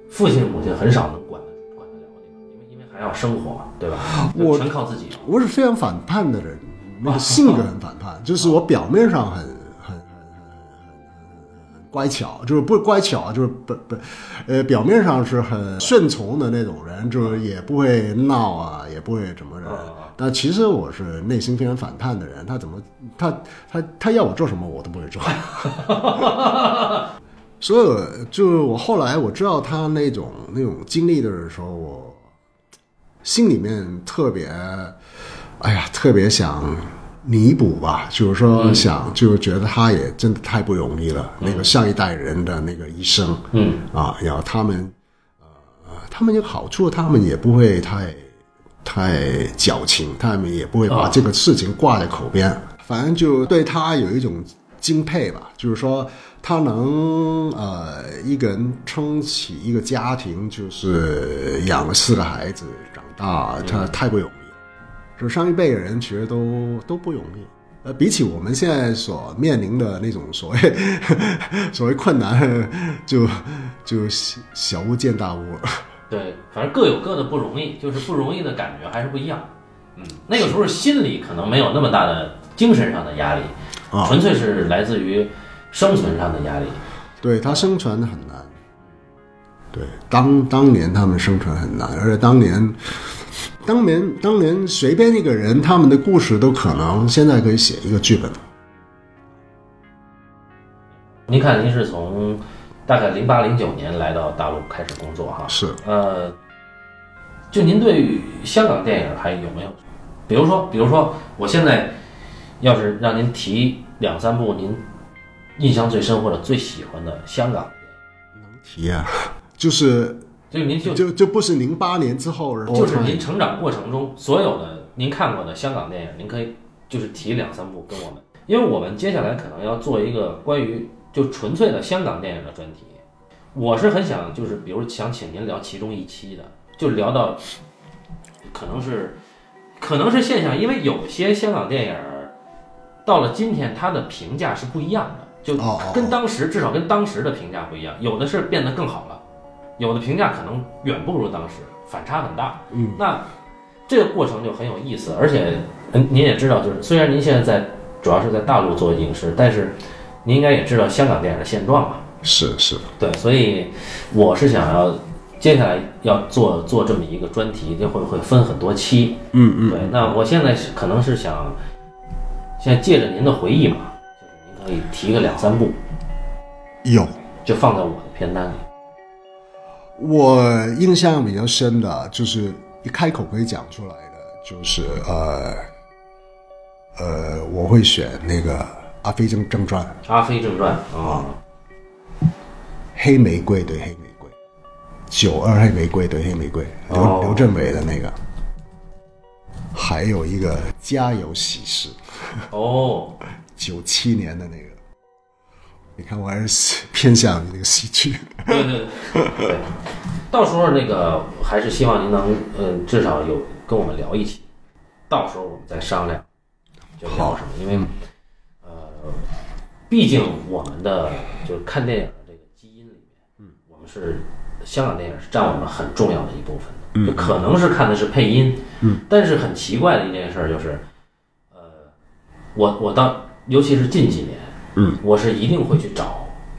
Speaker 1: 父亲母亲很少能管得管得了你们，因为因为还要生活嘛，对吧？
Speaker 2: 我
Speaker 1: 全靠自己。
Speaker 2: 我是非常反叛的人，那个性格很反叛，就是我表面上很很很很很很很乖巧，就是不是乖巧啊，就是不不，呃，表面上是很顺从的那种人，就是也不会闹啊，也不会怎么人
Speaker 1: 啊啊啊。
Speaker 2: 但其实我是内心非常反叛的人，他怎么他他他要我做什么我都不会做。 所以我就是我后来我知道他那种那种经历的时候，我心里面特别，哎呀，特别想弥补吧，就是说想，就是觉得他也真的太不容易了，那个上一代人的那个一生
Speaker 1: 嗯，
Speaker 2: 啊，然后他们，呃，他们有好处，他们也不会太太矫情，他们也不会把
Speaker 1: 啊
Speaker 2: 这个事情挂在口边，反正就对他有一种敬佩吧，就是说他能呃一个人撑起一个家庭，就是养了四个孩子长大，他太不容易了。就是上一辈的人其实都都不容易。呃，比起我们现在所面临的那种所谓 所谓困难，就就小小巫见大巫了。
Speaker 1: 对，反正各有各的不容易，就是不容易的感觉还是不一样。嗯，那个时候心里可能没有那么大的精神上的压力，
Speaker 2: 啊
Speaker 1: 纯粹是来自于生存上的压力。
Speaker 2: 对他生存很难。对，当当年他们生存很难，而且当年，当年当年随便一个人，他们的故事都可能现在可以写一个剧本。
Speaker 1: 您看，您是从大概零八零九年来到大陆开始工作哈，
Speaker 2: 是，
Speaker 1: 呃，就您对于香港电影还有没有？比如说，比如说，我现在要是让您提两三部您印象最深或者最喜欢的香港，
Speaker 2: 题啊，就是
Speaker 1: 就是您就
Speaker 2: 就就不是零八年之后，然后
Speaker 1: 就是
Speaker 2: 才
Speaker 1: 您成长过程中所有的您看过的香港电影，您可以就是提两三部跟我们，因为我们接下来可能要做一个关于就纯粹的香港电影的专题。我是很想就是比如想请您聊其中一期的，就聊到可能是可能是现象，因为有些香港电影到了今天，它的评价是不一样的，就
Speaker 2: 哦哦哦
Speaker 1: 跟当时至少跟当时的评价不一样，有的是变得更好了。有的评价可能远不如当时，反差很大。
Speaker 2: 嗯，
Speaker 1: 那这个过程就很有意思，而且嗯您也知道，就是虽然您现在在主要是在大陆做影视，但是您应该也知道香港电影的现状嘛。
Speaker 2: 是是
Speaker 1: 对，所以我是想要接下来要做做这么一个专题，就会会分很多期。
Speaker 2: 嗯嗯。
Speaker 1: 对，那我现在是可能是想，现在借着您的回忆嘛，就是您可以提个两三部，
Speaker 2: 有，
Speaker 1: 就放在我的片单里。
Speaker 2: 我印象比较深的就是一开口可以讲出来的，就是呃呃，我会选那个《阿飞正正传》
Speaker 1: 《阿飞正传》啊，
Speaker 2: 黑玫瑰对黑玫瑰，九二黑玫瑰对黑玫瑰，刘、
Speaker 1: 哦
Speaker 2: 刘镇伟的那个，还有一个《家有喜事》，
Speaker 1: 哦，
Speaker 2: 九七年的那个。你看，我还是偏向于那个喜剧。
Speaker 1: 对对对 对，到时候那个还是希望您能嗯、至少有跟我们聊一起，到时候我们再商量，就聊什么，因为呃，毕竟我们的就是看电影的这个基因里面，嗯，我们是香港电影是占我们很重要的一部分的，就可能是看的是配音，嗯，但是很奇怪的一件事儿就是，呃，我我到尤其是近几年，嗯，我是一定会去找。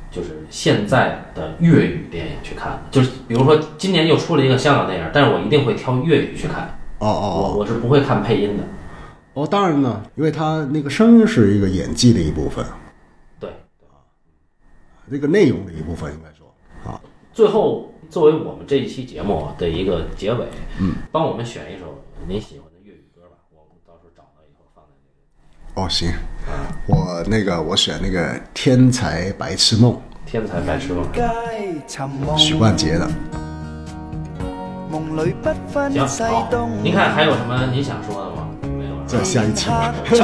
Speaker 1: 就是现在的粤语电影去看的，就是比如说今年又出了一个香港电影，但是我一定会挑粤语去看，
Speaker 2: 哦哦哦
Speaker 1: 我，我是不会看配音的。
Speaker 2: 哦，当然了，因为他那个声音是一个演技的一部分，
Speaker 1: 对，
Speaker 2: 那个内容的一部分应该说啊，
Speaker 1: 最后作为我们这一期节目的一个结尾，嗯，帮我们选一首您喜欢的粤语歌吧，我们到时候找到以后放在那
Speaker 2: 哦行，我那个我选那个《天才白痴梦
Speaker 1: 个《天才白痴梦》。
Speaker 3: 街寻》，
Speaker 2: 许
Speaker 3: 梦，
Speaker 2: 冠杰的，
Speaker 3: 梦里不分西
Speaker 1: 行，好
Speaker 3: 东。，
Speaker 1: 您看还有什么您想说的吗？没有了。
Speaker 2: 在下一期吧。
Speaker 1: 行，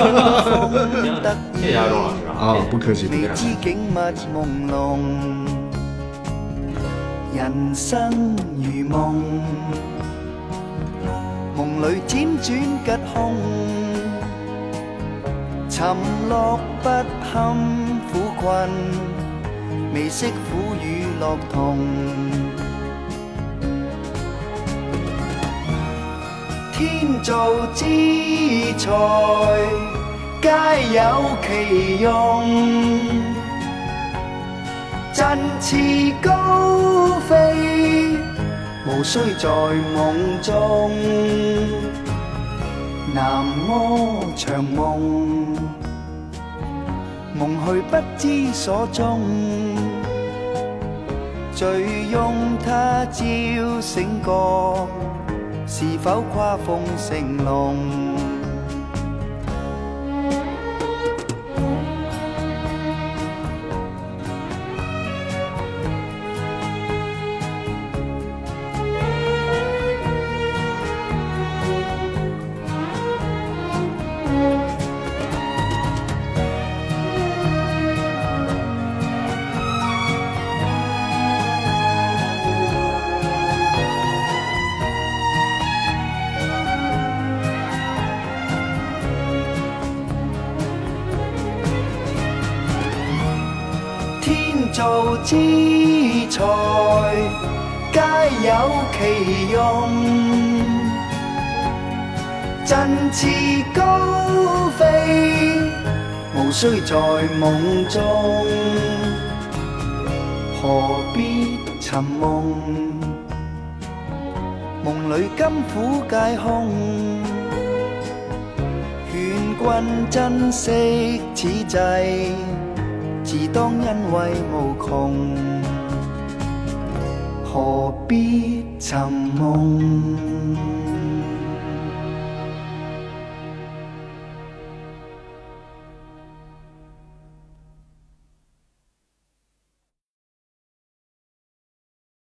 Speaker 1: 谢谢阿忠老师啊
Speaker 2: 啊，
Speaker 1: 谢谢
Speaker 2: 不客气，不
Speaker 3: 未
Speaker 2: 客
Speaker 3: 知
Speaker 2: 气。
Speaker 3: 景物朦胧，人生如夢，夢裏輾轉吉凶，沉落不堪苦困，未識苦與樂同。天造之才，皆有其用。振翅高飛，無需在夢中南柯長夢，夢去不知所蹤，醉擁他朝醒覺，是否跨鳳成龍？天造之才，皆有其用。振翅高飛，無需在夢中，何必尋夢？夢裏甘苦皆空，勸君珍惜此際。自當因為無窮，何必尋夢？